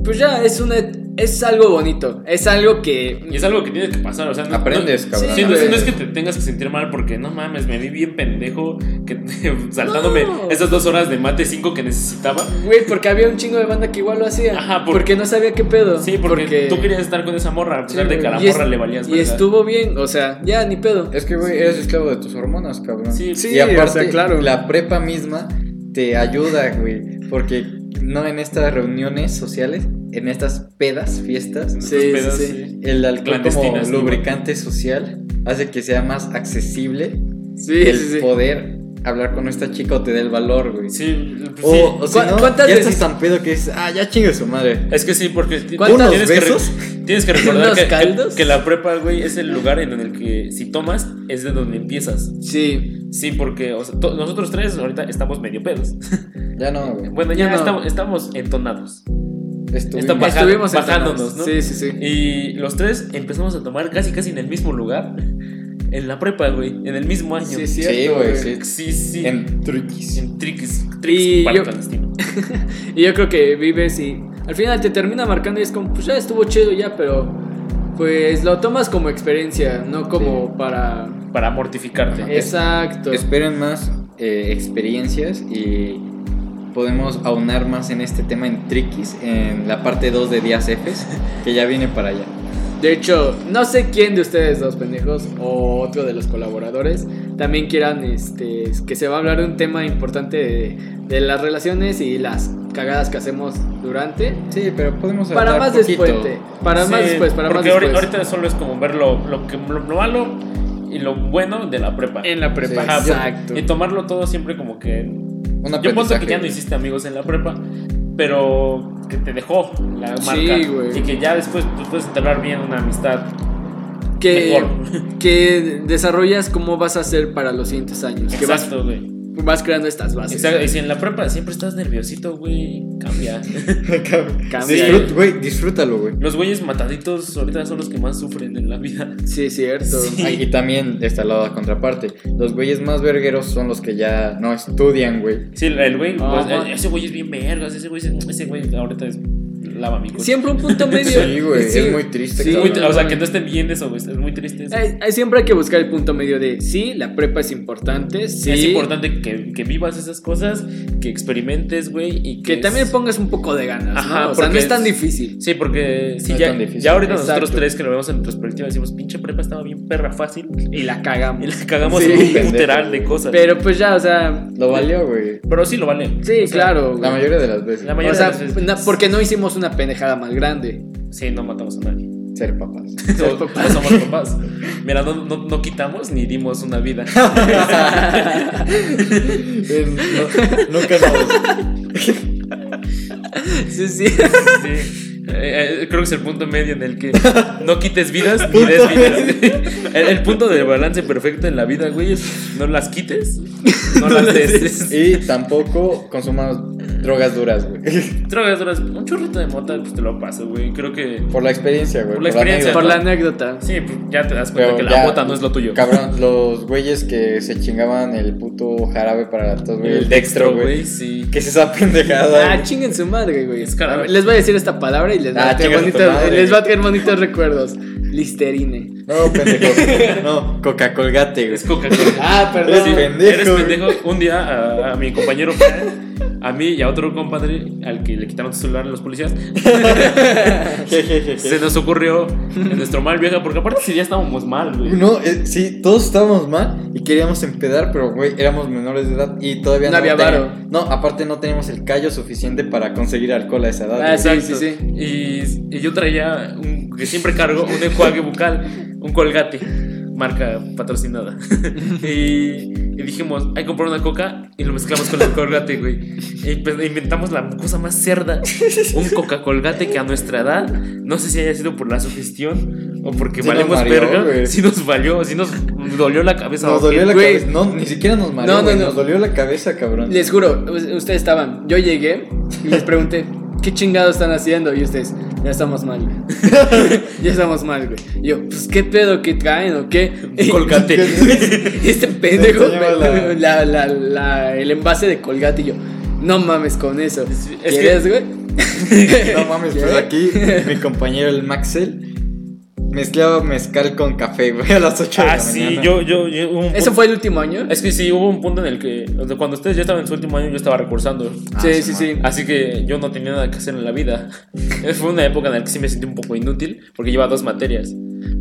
A: pues ya es una, es algo bonito, es algo
B: Y
A: que
B: es algo que tienes que pasar, o sea, no,
C: Aprendes,
B: no-
C: cabrón.
B: Sí, no, es- no es
A: güey.
B: que te tengas que sentir mal porque no mames, me vi bien pendejo que saltándome
A: No.
B: esas dos horas de mate 5 que necesitaba.
A: güey, porque había un chingo de banda que igual lo hacía,
B: Ajá, por-
A: porque no sabía qué pedo.
B: Sí, porque, tú querías estar con esa morra, a pesar de que a la
A: Y es-
B: morra le valías
A: Y
B: verga.
A: estuvo bien, o sea, ya ni pedo.
C: Es que, güey, eres esclavo de tus hormonas, cabrón.
B: Sí,
A: Sí,
C: y aparte,
A: o sea, claro.
C: la prepa misma te ayuda, güey. Porque no en estas reuniones sociales, en estas pedas, fiestas,
B: Esos
A: Sí, sí,
B: pedos,
A: sí.
C: el alcohol como
B: Clandestinas,
C: lubricante social hace que sea más accesible
A: Sí,
C: el
A: sí, sí.
C: poder hablar con esta chica o te dé el valor, güey.
B: Sí, pues sí.
C: O, o si
A: ¿Cu-
C: no,
A: cuántas
C: ya
A: veces-
C: estás tan pedo que dices, ah, ya chingue su madre.
B: Es que sí, porque ti-
A: ¿Cuántos
B: tienes que, re-
C: besos?
B: tienes que recordar
A: ¿Unos
B: que, que-
A: caldos?
B: que la prepa, güey, es el lugar en el que si tomas es de donde empiezas.
A: Sí,
B: Sí, porque o sea, to- nosotros tres ahorita estamos medio pedos.
C: Ya no, güey.
B: Bueno, ya
A: Ya no.
B: estamos, estamos entonados.
C: Estuvimos-
B: Está Baja-
A: estuvimos
B: bajándonos,
A: entonados.
B: ¿no?
A: Sí, sí, sí.
B: Y los tres empezamos a tomar casi casi en el mismo lugar. En la prepa, güey. En el mismo año.
A: Sí,
B: sí.
A: cierto,
C: Sí,
A: güey.
C: güey, sí.
B: Sí, sí.
C: En truquis.
B: En triques.
A: Y
B: triques para
A: yo-
B: clandestino.
A: Y yo creo que vives y al final te termina marcando y es como, pues ya estuvo chido ya, pero pues lo tomas como experiencia, no como para...
B: Para mortificarte.
C: Ajá.
A: Exacto.
C: Esperen más eh, experiencias y podemos aunar más en este tema en Triquis, en la parte 2 de Días Fs, que ya viene para allá.
A: De hecho, no sé quién de ustedes dos pendejos o otro de los colaboradores también quieran este, que se va a hablar de un tema importante de, de las relaciones y las cagadas que hacemos durante.
C: Sí, pero podemos
A: Para más después, para más
B: Sí,
A: después, para más
B: porque
A: después.
B: ahori- ahorita solo es como ver lo, lo, que, lo, lo malo y lo bueno de la prepa.
A: En la prepa,
B: Ajá,
A: exacto.
B: Y tomarlo todo siempre como que. Yo pienso que ya no hiciste amigos en la prepa, pero que te dejó la marca.
A: Sí, güey.
B: Y que ya después pues, puedes entablar bien una amistad
A: que,
B: mejor.
A: que desarrollas cómo vas a hacer para los siguientes años. Que vas, Ah,
B: Exacto, güey.
A: vas creando estas bases.
B: Exacto, Y si en la prepa siempre estás nerviosito, güey, cambia.
A: Cambia.
C: Disfrut- güey, disfrútalo, güey.
B: Los güeyes mataditos ahorita son los que más sufren en la vida.
A: Sí, es cierto.
B: Sí.
C: Ah, Y también está la otra contraparte. Los güeyes más vergueros son los que ya no estudian, güey.
B: Sí, el güey, pues,
A: Ajá.
B: ese güey es bien vergas, ese güey, es- ese güey ahorita es lava mi coche.
A: Siempre un punto medio.
C: Sí, güey,
A: Sí.
C: es muy triste.
A: Sí, Eh,
B: Es
C: cabrón.
B: muy tr- o sea, que no estén bien eso, güey, es muy triste. eso.
A: Hay- hay- siempre hay que buscar el punto medio de sí, la prepa es importante, sí.
B: Es importante que, que vivas esas cosas, que experimentes, güey, y
A: Que
B: que
A: también
B: es-
A: pongas un poco de ganas,
B: Ajá,
A: ¿no? O sea, no
B: porque
A: es tan
B: es-
A: difícil.
B: Sí, porque si
C: No es
B: ya,
C: tan difícil.
B: ya ahorita nosotros
A: Exacto.
B: tres que lo vemos en retrospectiva decimos, pinche prepa estaba bien perra fácil
A: Y la
B: y
A: cagamos.
B: la cagamos
A: Sí.
B: en un puteral de cosas.
A: Pero pues ya, o sea.
C: Lo valió, güey.
B: Pero sí lo vale.
A: Sí,
B: O sea,
A: claro.
C: La
A: güey.
C: mayoría de las veces.
B: La mayoría
A: o sea,
B: de las veces.
A: na- porque no hicimos una pendejada más grande.
B: Sí, no matamos a nadie.
C: Ser papás.
B: No, no somos papás. Mira, no, no, no quitamos ni dimos una vida.
C: Eh, no- nunca nos.
A: Sí, sí.
B: Sí. Eh, eh, creo que es el punto medio en el que no quites vidas ni des vidas. El, el punto de balance perfecto en la vida, güey, es no las quites, no las des.
C: Y tampoco consumas drogas duras, güey.
B: Drogas duras, un chorrito de mota, pues te lo paso, güey. Creo que.
C: Por la experiencia, güey.
B: Por la experiencia,
A: Por
C: anécdota.
A: la anécdota.
B: Sí, pues ya te das cuenta
C: Pero
B: que
C: ya,
B: la mota no es lo tuyo.
C: Cabrón, los güeyes que se chingaban el puto jarabe para todos, güey. El dextro, güey.
B: sí.
C: ¿Qué es esa pendejada?
A: Ah, chinguen su madre, güey. Ah,
B: Es cara, güey.
A: Les voy a decir esta palabra y les va,
C: Ah,
A: a, traer
C: chingas a tu
A: bonitos-
C: madre.
A: les va a traer bonitos recuerdos. Listerine.
C: no, pendejo. No, Coca-Colgate, güey.
B: Es Coca-Cola.
A: Ah,
C: perdón.
B: Sí,
C: pendejo,
B: eres
C: güey.
B: pendejo. Un día a, a mi compañero Fran, a mí y a otro compadre al que le quitaron su celular los policías, se nos ocurrió en nuestro mal viaje, porque aparte si ya estábamos mal, güey.
C: No, eh, sí, todos estábamos mal y queríamos empedar, pero güey, éramos menores de edad y todavía
A: No había
C: teníamos-
A: varo.
C: No, aparte no teníamos el callo suficiente para conseguir alcohol a esa edad.
A: Ah,
C: güey.
A: sí,
B: Exacto.
A: sí, sí.
B: Y, y yo traía un, que siempre cargo un enjuague bucal, un colgate. marca patrocinada. y, y dijimos, hay que comprar una coca y lo mezclamos con el colgate, güey. Y pues, inventamos la cosa más cerda. Un coca colgate que a nuestra edad, no sé si haya sido por la sugestión o porque
C: Sí nos
B: valemos
C: mareó,
B: verga.
C: güey.
B: Si nos valió, si nos dolió la cabeza.
C: Nos dolió la
A: Güey.
C: cabeza. No, ni siquiera nos mareó.
A: No, no,
C: güey,
A: no.
C: Nos dolió la cabeza, cabrón.
A: Les juro, u- ustedes estaban. Yo llegué y les pregunté, ¿qué chingados están haciendo? Y ustedes, ya estamos mal, güey. ya estamos mal, güey. Y yo, pues, ¿qué pedo que traen o qué?
B: Colgate.
A: Y este pendejo,
C: Le enseñaba
A: me- la- la- la- el envase de colgate. Y yo, no mames con eso.
B: es
A: ¿Quieres, güey?
C: No mames, pero aquí mi compañero el Maxel mezclaba mezcal con café, güey, a las 8 de la
B: Ah,
C: mañana.
B: sí, yo, yo, yo hubo un
A: ¿Eso
B: punto-
A: fue el último año?
B: Es que sí, hubo un punto en el que, o sea, cuando ustedes ya estaban en su último año, yo estaba recursando.
C: Ah,
A: sí, sí,
C: sí, man.
A: sí.
B: Así que yo no tenía nada que hacer en la vida. Fue una época en la que sí me sentí un poco inútil porque llevaba dos materias.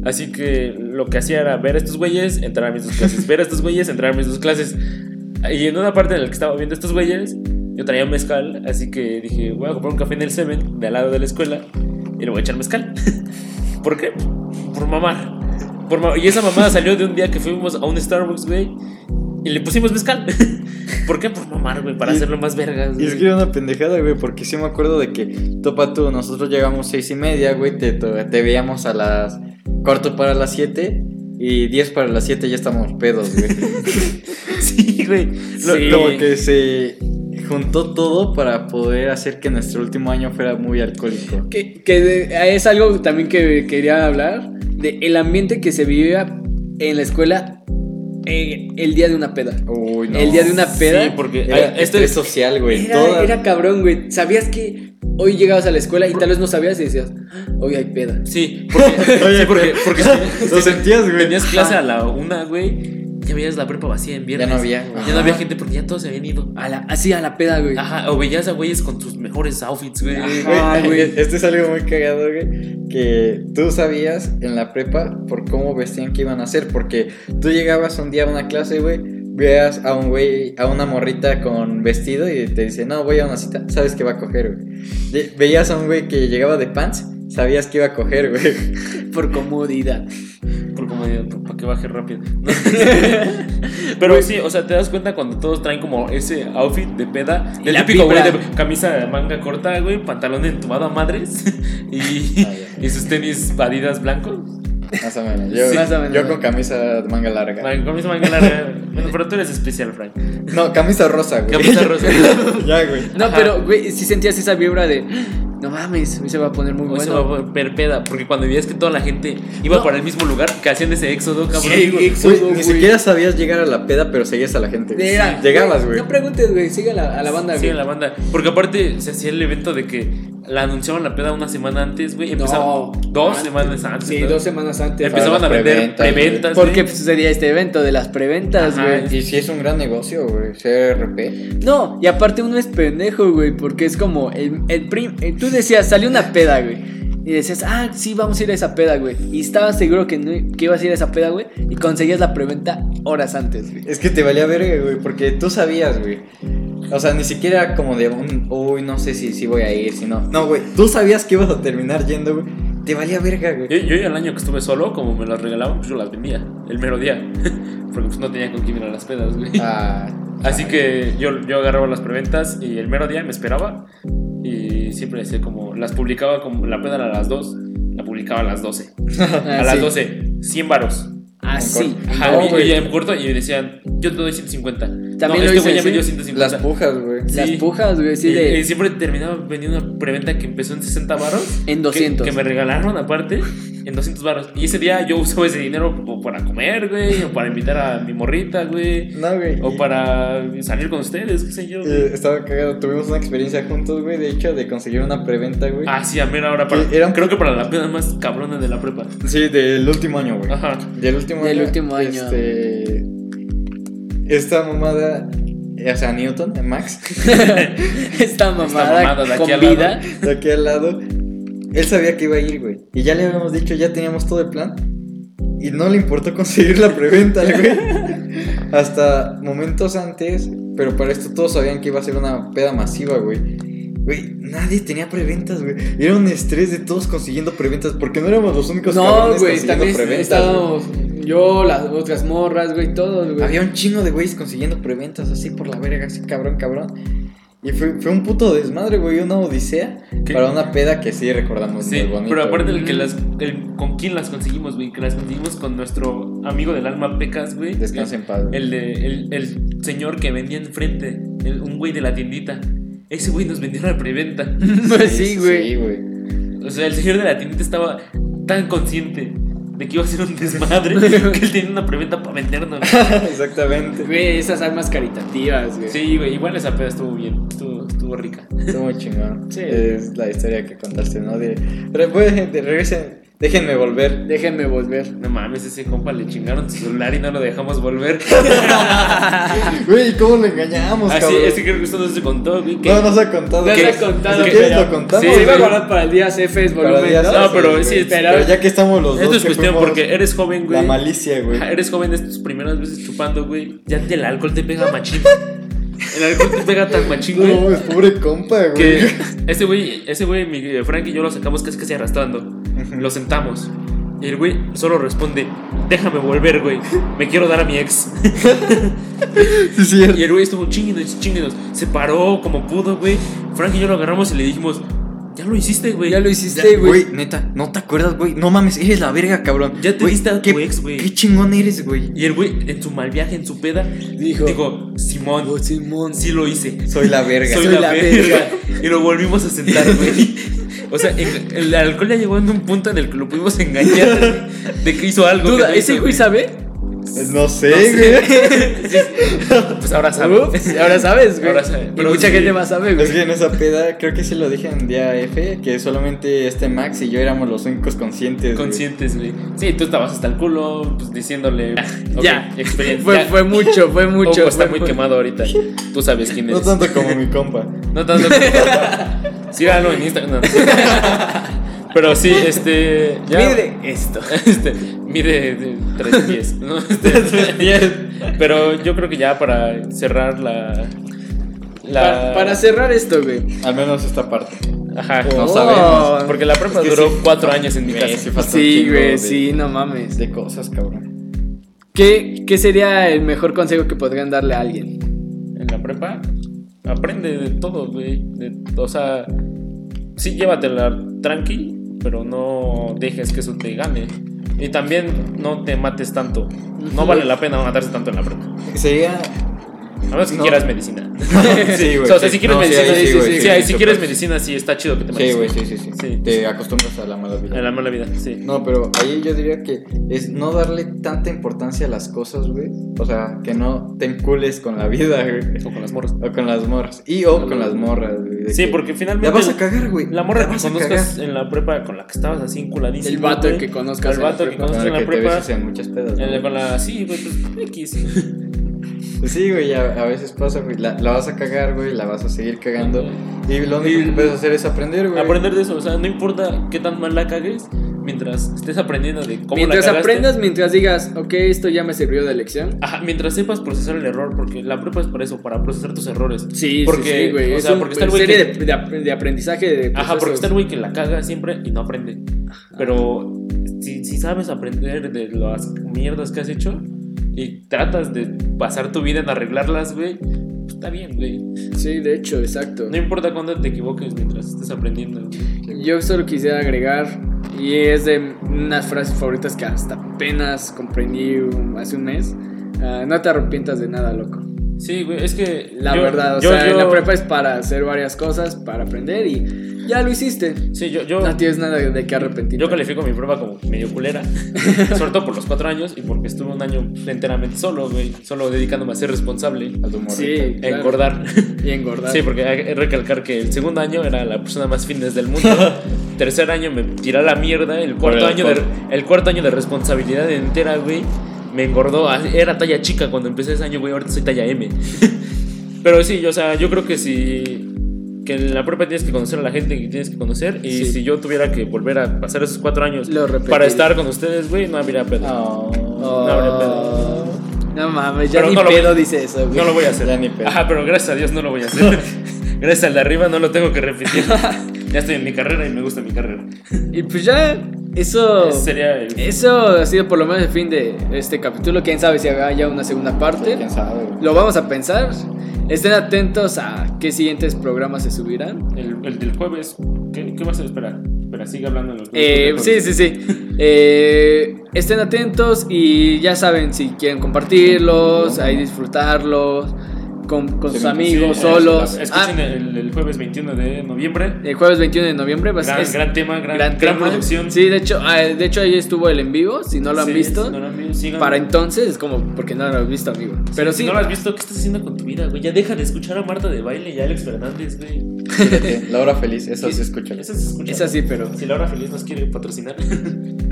B: Así que lo que hacía era ver a estos güeyes, entrar a mis dos clases, ver a estos güeyes, entrar a mis dos clases. Y en una parte en la que estaba viendo a estos güeyes, yo traía mezcal, así que dije, voy a comprar un café en el Seven, de al lado de la escuela, y le voy a echar mezcal. ¿Por qué? Por mamar. Por ma- y esa mamada salió de un día que fuimos a un Starbucks, güey, y le pusimos mezcal. ¿Por qué? Por mamar, güey, para
C: Y-
B: hacerlo más vergas.
C: Y
B: güey.
C: es que era una pendejada, güey, porque sí me acuerdo de que, topa tú, nosotros llegamos seis y media, güey, te, te veíamos a las cuarto para las 7 y 10 para las 7 ya estamos pedos, güey.
B: Sí, güey. Lo-
C: Lo-
B: lo
C: Como
B: que-
C: que se juntó todo para poder hacer que nuestro último año fuera muy alcohólico.
A: Que, que de- es algo también que quería hablar, de el ambiente que se vivía en la escuela en el día de una peda.
C: Uy, no.
A: El día de una peda.
B: Sí, porque
C: Era
B: ah, esto
C: estrés
B: es.
C: social, güey.
A: Era,
C: toda-
A: era cabrón, güey. Sabías que hoy llegabas a la escuela y tal vez no sabías y decías, hoy hay peda.
B: Sí, porque. sí, porque. porque
C: Lo sentías, güey.
B: Tenías clase a la una, güey. Ya veías la prepa vacía en viernes.
C: Ya no había, güey.
B: Ya no había gente porque ya todos se habían ido.
A: A la, así a la peda, güey.
B: Ajá, o veías a güeyes con sus mejores outfits, güey.
A: Ajá.
C: Güey,
A: Ay, güey.
C: Este es algo muy cagado, güey. Que tú sabías en la prepa por cómo vestían que iban a hacer. Porque tú llegabas un día a una clase, güey. Veas a un güey, a una morrita con vestido y te dice, no, voy a una cita. Sabes que va a coger, güey. Ve- Veías a un güey que llegaba de pants. Sabías que iba a coger, güey.
A: Por comodidad.
B: Por comodidad, por- para que baje rápido. No. Pero sí, o sea, te das cuenta cuando todos traen como ese outfit de peda.
A: Y
B: Del
A: la
B: típico güey
A: vibra.
B: de camisa de manga corta, güey, pantalón entubado a madres. Y,
A: Ah,
B: y sus tenis adidas blancos.
C: Más o menos. Yo,
A: Sí. Más o menos.
C: yo con camisa de manga larga.
B: Frank, camisa manga larga. Bueno, pero tú eres especial, Frank.
C: No, camisa rosa, güey.
B: Camisa rosa.
C: ya, güey.
A: No,
B: Ajá.
A: pero, güey, sí sentías esa vibra de, no mames, hoy se va a poner muy
B: Hoy se
A: bueno.
B: va a poner peda, porque cuando veías que toda la gente iba
A: No.
B: para el mismo lugar, que hacían ese éxodo, cabrón.
A: Sí, güey.
C: Güey,
A: Todo,
C: ni
A: güey.
C: siquiera sabías llegar a la peda, pero seguías a la gente. güey.
A: Era-
C: Llegabas, güey.
A: No preguntes, güey, sigue a la, a la banda,
B: Sí,
A: güey.
B: en la banda. Porque aparte se hacía el evento de que la anunciaban la peda una semana antes, güey. Empezaban
A: No,
B: dos
A: antes.
B: semanas antes.
A: Sí,
B: ¿no?
A: dos semanas antes.
B: Empezaban a
C: Para las
B: vender
C: preventas, güey.
B: preventas.
A: Porque
B: güey.
A: pues, sería este evento de las preventas,
B: Ajá,
A: güey.
C: Y si es un gran negocio, güey, CRP.
A: No, y aparte uno es pendejo, güey, porque es como el, el prim- eh, tú decías, salió una peda, güey. Y decías, ah, sí, vamos a ir a esa peda, güey. Y estabas seguro que, no- que ibas a ir a esa peda, güey. Y conseguías la preventa horas antes, güey.
C: Es que te valía verga, güey, porque tú sabías, güey. O sea, ni siquiera era como de, un, uy, no sé si, si voy a ir, si no. No, güey, tú sabías que ibas a terminar yendo, güey. Te valía verga, güey.
B: Yo, yo el año que estuve solo, como me las regalaban, pues yo las vendía el mero día. Porque pues no tenía con quién ir a las pedas, güey.
C: Ah,
B: Así que yo, yo agarraba las preventas y el mero día me esperaba y siempre hacía como, las publicaba como, la peda era a las 2, la publicaba a las 12.
A: Ah,
B: a las 12, 100 varos.
A: Así.
B: Ajá,
C: No,
B: y- y,
C: güey.
B: en corto y decían, yo te doy 150. no,
A: También lo
B: este
A: hice,
B: güey ya
A: ¿sí?
B: me dio 150.
C: las pujas, güey.
B: Sí.
A: Las pujas, güey, así
B: y,
A: de...
B: y siempre terminaba vendiendo una preventa que empezó en 60 varos.
A: En
B: que-
A: 200.
B: Que, me regalaron aparte en 200 varos. Y ese día yo usaba ese dinero o para comer, güey, o para invitar a mi morrita, güey.
C: No, güey.
B: O para salir con ustedes, qué sé yo. güey.
C: Eh, estaba cagado. Tuvimos una experiencia juntos, güey, de hecho, de conseguir una preventa, güey.
B: Ah, sí, a mí ahora
A: eh,
B: para.
C: Que era un-
B: Creo que para la peda más cabrona de la prepa.
C: Sí, del último año, güey.
B: Ajá.
C: Del último
A: Del
C: año.
A: último año.
C: Este, esta mamada. O sea, Newton, Max.
A: esta mamada,
B: mamada de aquí
A: con
B: al lado.
A: vida.
C: de aquí al lado. Él sabía que iba a ir, güey. Y ya le habíamos dicho, ya teníamos todo el plan. Y no le importó conseguir la preventa, güey. Hasta momentos antes. Pero para esto todos sabían que iba a ser una peda masiva, güey. Güey, nadie tenía preventas, güey. Era un estrés de todos consiguiendo preventas. Porque no éramos los únicos
A: No,
C: cabrones
A: güey,
C: consiguiendo
A: también
C: preventas, güey.
A: estábamos... yo, las otras morras, güey, todos, güey.
C: Había un chingo de güeyes consiguiendo preventas así por la verga, así cabrón, cabrón. Y fue, fue un puto desmadre, güey, una odisea
B: ¿Qué?
C: para una peda que sí recordamos
B: Sí,
C: muy bonito.
B: pero aparte
C: güey.
B: el que las, el- con quién las conseguimos, güey, que las conseguimos con nuestro amigo del alma Pecas, güey.
C: Descansa en paz. güey.
B: El, de- el, el señor que vendía enfrente, el- un güey de la tiendita. Ese güey nos vendió la preventa.
A: Pues sí, güey.
C: Sí, güey.
B: O sea, el señor de la tiendita estaba tan consciente de que iba a ser un desmadre que él tenía una preventa para vendernos.
C: Exactamente.
A: Güey, esas almas caritativas, güey.
B: Sí, güey, igual esa peda estuvo bien, estuvo, estuvo rica.
C: Estuvo muy chingón.
A: Sí.
C: Es la historia que contaste, ¿no? De, re- pueden- de- regresen, déjenme volver.
A: Déjenme volver.
B: No mames, ese compa le chingaron su celular y no lo dejamos volver.
C: Güey, ¿cómo lo engañamos,
B: Así,
C: cabrón?
B: Ah, es que creo que esto no se contó, güey. que-
C: No nos ha contado.
A: No
C: ¿Qué?
A: nos ha contado,
C: Si
A: pero-
C: quieres lo contamos.
B: Sí,
A: Se iba a
B: güey.
A: guardar para el día CFs
C: Para
A: volumen
C: días
A: dos.
B: No,
C: así,
B: pero
C: güey.
B: sí,
A: pero-
C: Pero ya que estamos los
B: Esto
C: dos.
B: es
C: que
B: cuestión
C: fuimos
B: porque eres joven, güey.
C: La malicia, güey.
B: Ajá, Eres joven, es tus primeras veces chupando, güey. Ya el alcohol te pega machín. El alcohol te pega tan machín,
C: No,
B: güey.
C: mames, pobre compa, güey.
B: Que ese güey, ese güey, mi eh, Frank y yo lo sacamos casi casi arrastrando. Lo sentamos. Y el güey solo responde, déjame volver, güey. Me quiero dar a mi ex.
C: Sí, es cierto.
B: Y el güey estuvo chinguenos, chinguenos. Se paró como pudo, güey. Frank y yo lo agarramos y le dijimos, ya lo hiciste, güey.
A: Ya lo hiciste,
C: Güey,
A: güey.
C: neta, no te acuerdas, güey. No mames, eres la verga, cabrón.
B: Ya te
C: Güey,
B: diste a tu
C: qué-
B: ex, güey.
C: Qué chingón eres, güey.
B: Y el güey, en su mal viaje, en su peda,
A: Dijo,
B: dijo, Simón,
A: "Oh, Simón.
B: sí lo hice.
C: Soy la verga.
B: Soy,
A: Soy
B: la,
A: la
B: verga. Y lo volvimos a sentar, güey. O sea, en- el alcohol ya llegó en un punto en el que lo pudimos engañar de que hizo algo. que
A: Duda,
B: no
A: ¿ese
B: hizo,
A: güey sabe?
C: No sé,
B: sé.
C: güey.
B: Pues ahora sabes.
A: Ups, ahora sabes, güey.
B: Ahora sabe.
A: Y
B: Pero
A: mucha
B: sí.
A: gente más sabe,
C: Es que
A: güey.
C: en esa peda, creo que sí lo dije en día F, que solamente este Max y yo éramos los únicos conscientes. güey.
B: Conscientes, güey. Sí, tú estabas hasta el culo, pues diciéndole. ok,
A: Ya.
B: experiencia.
A: Fue, fue mucho, fue
B: Ojo,
A: mucho.
B: está
A: fue
B: muy
A: mu-
B: quemado ahorita. Tú sabes quién
C: No
B: eres.
C: tanto como mi compa.
B: No tanto. como- Síganlo en Instagram. No. Pero sí, este. ya-
A: Mire esto.
B: Este, mide de tres pies, ¿no? Este, ya- pero yo creo que ya para cerrar la. la-
A: Pa- para cerrar esto, güey.
C: Al menos esta parte.
B: Ajá,
C: No
A: Oh.
C: sabemos.
B: Porque la prepa
C: Es que
B: duró
C: sí.
B: cuatro años en mi
C: Güey,
B: casa.
C: falta un
A: Sí,
C: chingo
A: güey,
C: de-
A: sí, no mames.
C: De cosas, cabrón.
A: ¿Qué, ¿Qué sería el mejor consejo que podrían darle a alguien?
B: En la prepa aprende de todo, güey. de- O sea, sí llévatela tranqui, pero no dejes que eso te gane. Y también no te mates tanto. No vale la pena matarse tanto en la prepa.
C: Sería.
B: A menos que
C: No.
B: quieras medicina.
C: sí,
B: O sea, si quieres
C: No, sí,
B: medicina,
C: ahí
B: sí,
C: sí, güey,
B: sí,
C: sí,
B: ahí
C: sí,
B: si
C: sí,
B: quieres
C: pues.
B: medicina, sí, está chido que te
C: Sí,
B: medicines.
C: güey, sí, sí, sí,
B: Sí.
C: Te acostumbras a la mala vida.
B: En la mala vida, sí.
C: No, pero ahí yo diría que es no darle tanta importancia a las cosas, güey. O sea, que no te encules con la vida, güey.
B: O con las morras.
C: O con las morras. Y o con las morras, güey. de
B: Sí,
C: que
B: porque finalmente.
C: La vas a cagar, güey.
B: La morra
C: La
B: que
C: vas a
B: conozcas en la prepa con la que estabas así enculadísimo.
A: El vato
B: güey,
A: que conozcas
B: El
A: en la
B: vato que
A: prepa.
B: conozcas
C: Con
B: en
C: la
B: la
C: que te
B: prepa.
C: besas en muchas pedas. ¿no?
B: el- Con la. Sí, güey, pues X.
C: Pues sí, güey, a, a veces pasa, güey. La, la vas a cagar, güey. La vas a seguir cagando. Y lo único que puedes hacer es aprender, güey.
B: Aprender de eso, o sea, no importa qué tan mal la cagues, mientras estés aprendiendo de cómo
A: Mientras
B: la cagaste.
A: aprendas, mientras digas, ok, esto ya me sirvió de lección.
B: Ajá, mientras sepas procesar el error, porque la prepa es para eso, para procesar tus errores.
A: Sí,
B: Porque-
A: sí, sí, güey.
B: o
A: Es
B: sea,
A: una
B: porque está el güey
A: serie
B: que-
A: de, de ap- de aprendizaje de
B: Ajá, porque
A: procesos.
B: está el güey que la caga siempre y no aprende. Pero si, si sabes aprender de las mierdas que has hecho y tratas de pasar tu vida en arreglarlas, güey, pues está bien, güey.
A: Sí, de hecho, exacto.
B: No importa cuándo te equivoques mientras estés aprendiendo, güey.
A: Yo solo quisiera agregar, y es de unas frases favoritas que hasta apenas comprendí un- hace un mes. ah, no te arrepientas de nada, loco.
B: Sí, güey, es que.
A: La
B: yo-
A: verdad, o
B: yo-
A: sea,
B: yo-
A: la prepa es para hacer varias cosas, para aprender y ya lo hiciste.
B: Sí, yo. yo
A: No tienes nada de qué arrepentir.
B: yo califico mi prueba como medio culera, sobre todo por los cuatro años y porque estuve un año enteramente solo, güey, solo dedicándome a ser responsable,
C: A tu morrita.
A: Sí,
B: a
A: claro.
B: engordar.
A: Y engordar.
B: Sí, porque hay que recalcar que el segundo año era la persona más fitness del mundo. Tercer año me tiró a la mierda. El cuarto,
C: el
B: año de,
C: alcohol.
B: el cuarto año de responsabilidad entera, güey. Me engordó. Así- Era talla chica cuando empecé ese año, güey. Ahorita soy talla M. Pero sí, yo, o sea, yo creo que si. Que en la propia tienes que conocer a la gente que tienes que conocer. Y
A: Sí.
B: si yo tuviera que volver a pasar esos cuatro años
A: Lo repetiría.
B: para estar con ustedes, güey, no habría pedo.
C: Oh.
A: Oh,
B: Ah, No habría pedo.
A: no mames, ya
B: Pero
A: ni
B: no lo
A: pedo
B: voy-
A: dice eso, güey.
B: No lo voy a hacer.
C: Ya ni pedo.
B: Ajá, Ah, pero gracias a Dios no lo voy a hacer. gracias al de arriba no lo tengo que repetir. ya estoy en mi carrera y me gusta mi carrera.
A: Y pues ya, Eso.
B: Ese sería el-
A: Eso ha sido por lo menos el fin de este capítulo. Quién sabe si haya una segunda parte.
C: ¿Quién sabe? güey?
A: Lo vamos a pensar. Estén atentos a qué siguientes programas se subirán.
B: El, el del jueves. ¿Qué, qué vas a esperar? Espera, sigue hablando en los
A: Eh, sí, sí, sí. Eh, estén atentos y ya saben si quieren compartirlos, ahí disfrutarlos con, con sus
C: Sí,
A: amigos,
B: Sí,
A: solos.
B: eh,
A: Ah,
B: Escuchen el, el jueves 21 de noviembre.
A: el jueves 21 de noviembre va a
B: Gran,
A: pues es-
B: gran tema, gran, gran,
A: tema.
B: producción.
A: Sí, de hecho, ah, de hecho ahí estuvo el en vivo, si no lo han
B: Sí,
A: visto.
B: si no lo han visto, sigan-
A: Para entonces, es como porque no lo has visto, amigo. Pero sí,
B: Si no lo has visto, ¿qué estás haciendo con tu vida, güey? Ya deja de escuchar a Marta de baile y a Alex Fernández, güey.
C: Fíjate, La hora feliz, eso sí escucha.
B: Eso se escucha.
A: es así, pero
B: Si Laura Feliz nos quiere patrocinar.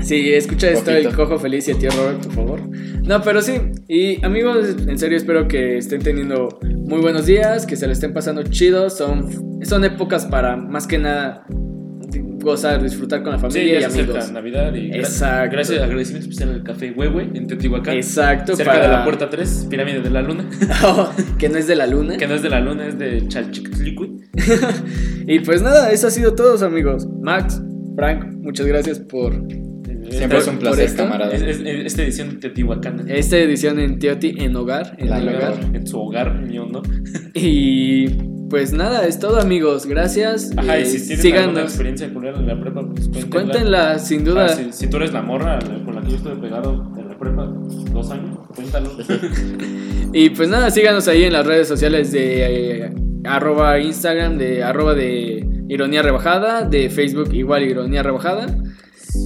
A: Sí, escucha esto
C: Ojito.
A: el cojo feliz y el tío Robert, por favor. No, pero sí, y amigos, en serio espero que estén teniendo muy buenos días, que se lo estén pasando chido, son, son épocas para más que nada gozar, disfrutar con la
B: Sí,
A: familia
B: ya se
A: y amigos.
B: acerca Navidad y gra-
A: Exacto.
B: gracias, agradecimiento especial al Café Huehue en Teotihuacán.
A: Exacto,
B: cerca
A: para Oh,
B: de la puerta 3, pirámide de la luna.
A: que no es de la luna.
B: que no es de la luna, es de Chalchictlicui.
A: Y pues nada, eso ha sido todo, amigos. Max, Frank, muchas gracias por
C: Siempre es un
A: ¿Por
C: placer,
A: esto?
C: camarada.
B: Es- es- es- esta edición de Teotihuacán.
A: esta edición en Teoti, en hogar, en
C: La
A: el
C: hogar.
A: hogar.
B: En su hogar, mío, ¿no?
A: Y pues nada, es todo amigos, gracias.
B: Ajá,
A: Eh,
B: y si tienes alguna
A: síganos.
B: experiencia culera en la prepa, pues cuéntenla.
A: Cuéntenla, sin duda.
B: Ah, si, si tú eres la morra con la que yo estuve pegado en la prepa dos años, cuéntalo.
A: Y pues nada, síganos ahí en las redes sociales de eh, arroba Instagram, de arroba de ironía rebajada, de Facebook igual ironía rebajada.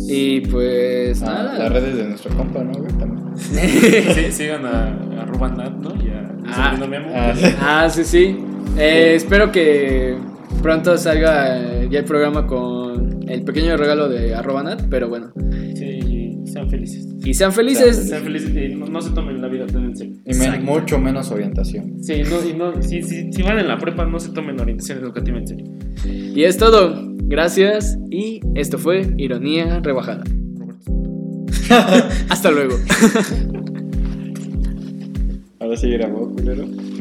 A: Y pues
C: Ah,
A: nada.
C: las redes de nuestro compa, ¿no? güey? También.
B: Sí, sigan a, a Rubanat, ¿no? Y a
A: Ah.
B: Sobrino Memo.
C: Ah, sí.
A: Ah, sí, sí. Eh, espero que pronto salga eh, ya el programa con el pequeño regalo de arroba Nat, pero bueno.
B: Sí, y sean felices.
A: Y sean felices.
B: Sean felices y eh, no, no se tomen la vida tan en serio.
C: Y men- mucho menos orientación.
B: Sí, no, y no, si, si, si van en la prepa, no se tomen orientación educativa en serio.
A: Y es todo. Gracias. Y esto fue Ironía Rebajada. Hasta luego.
C: Ahora sí grabó, culero.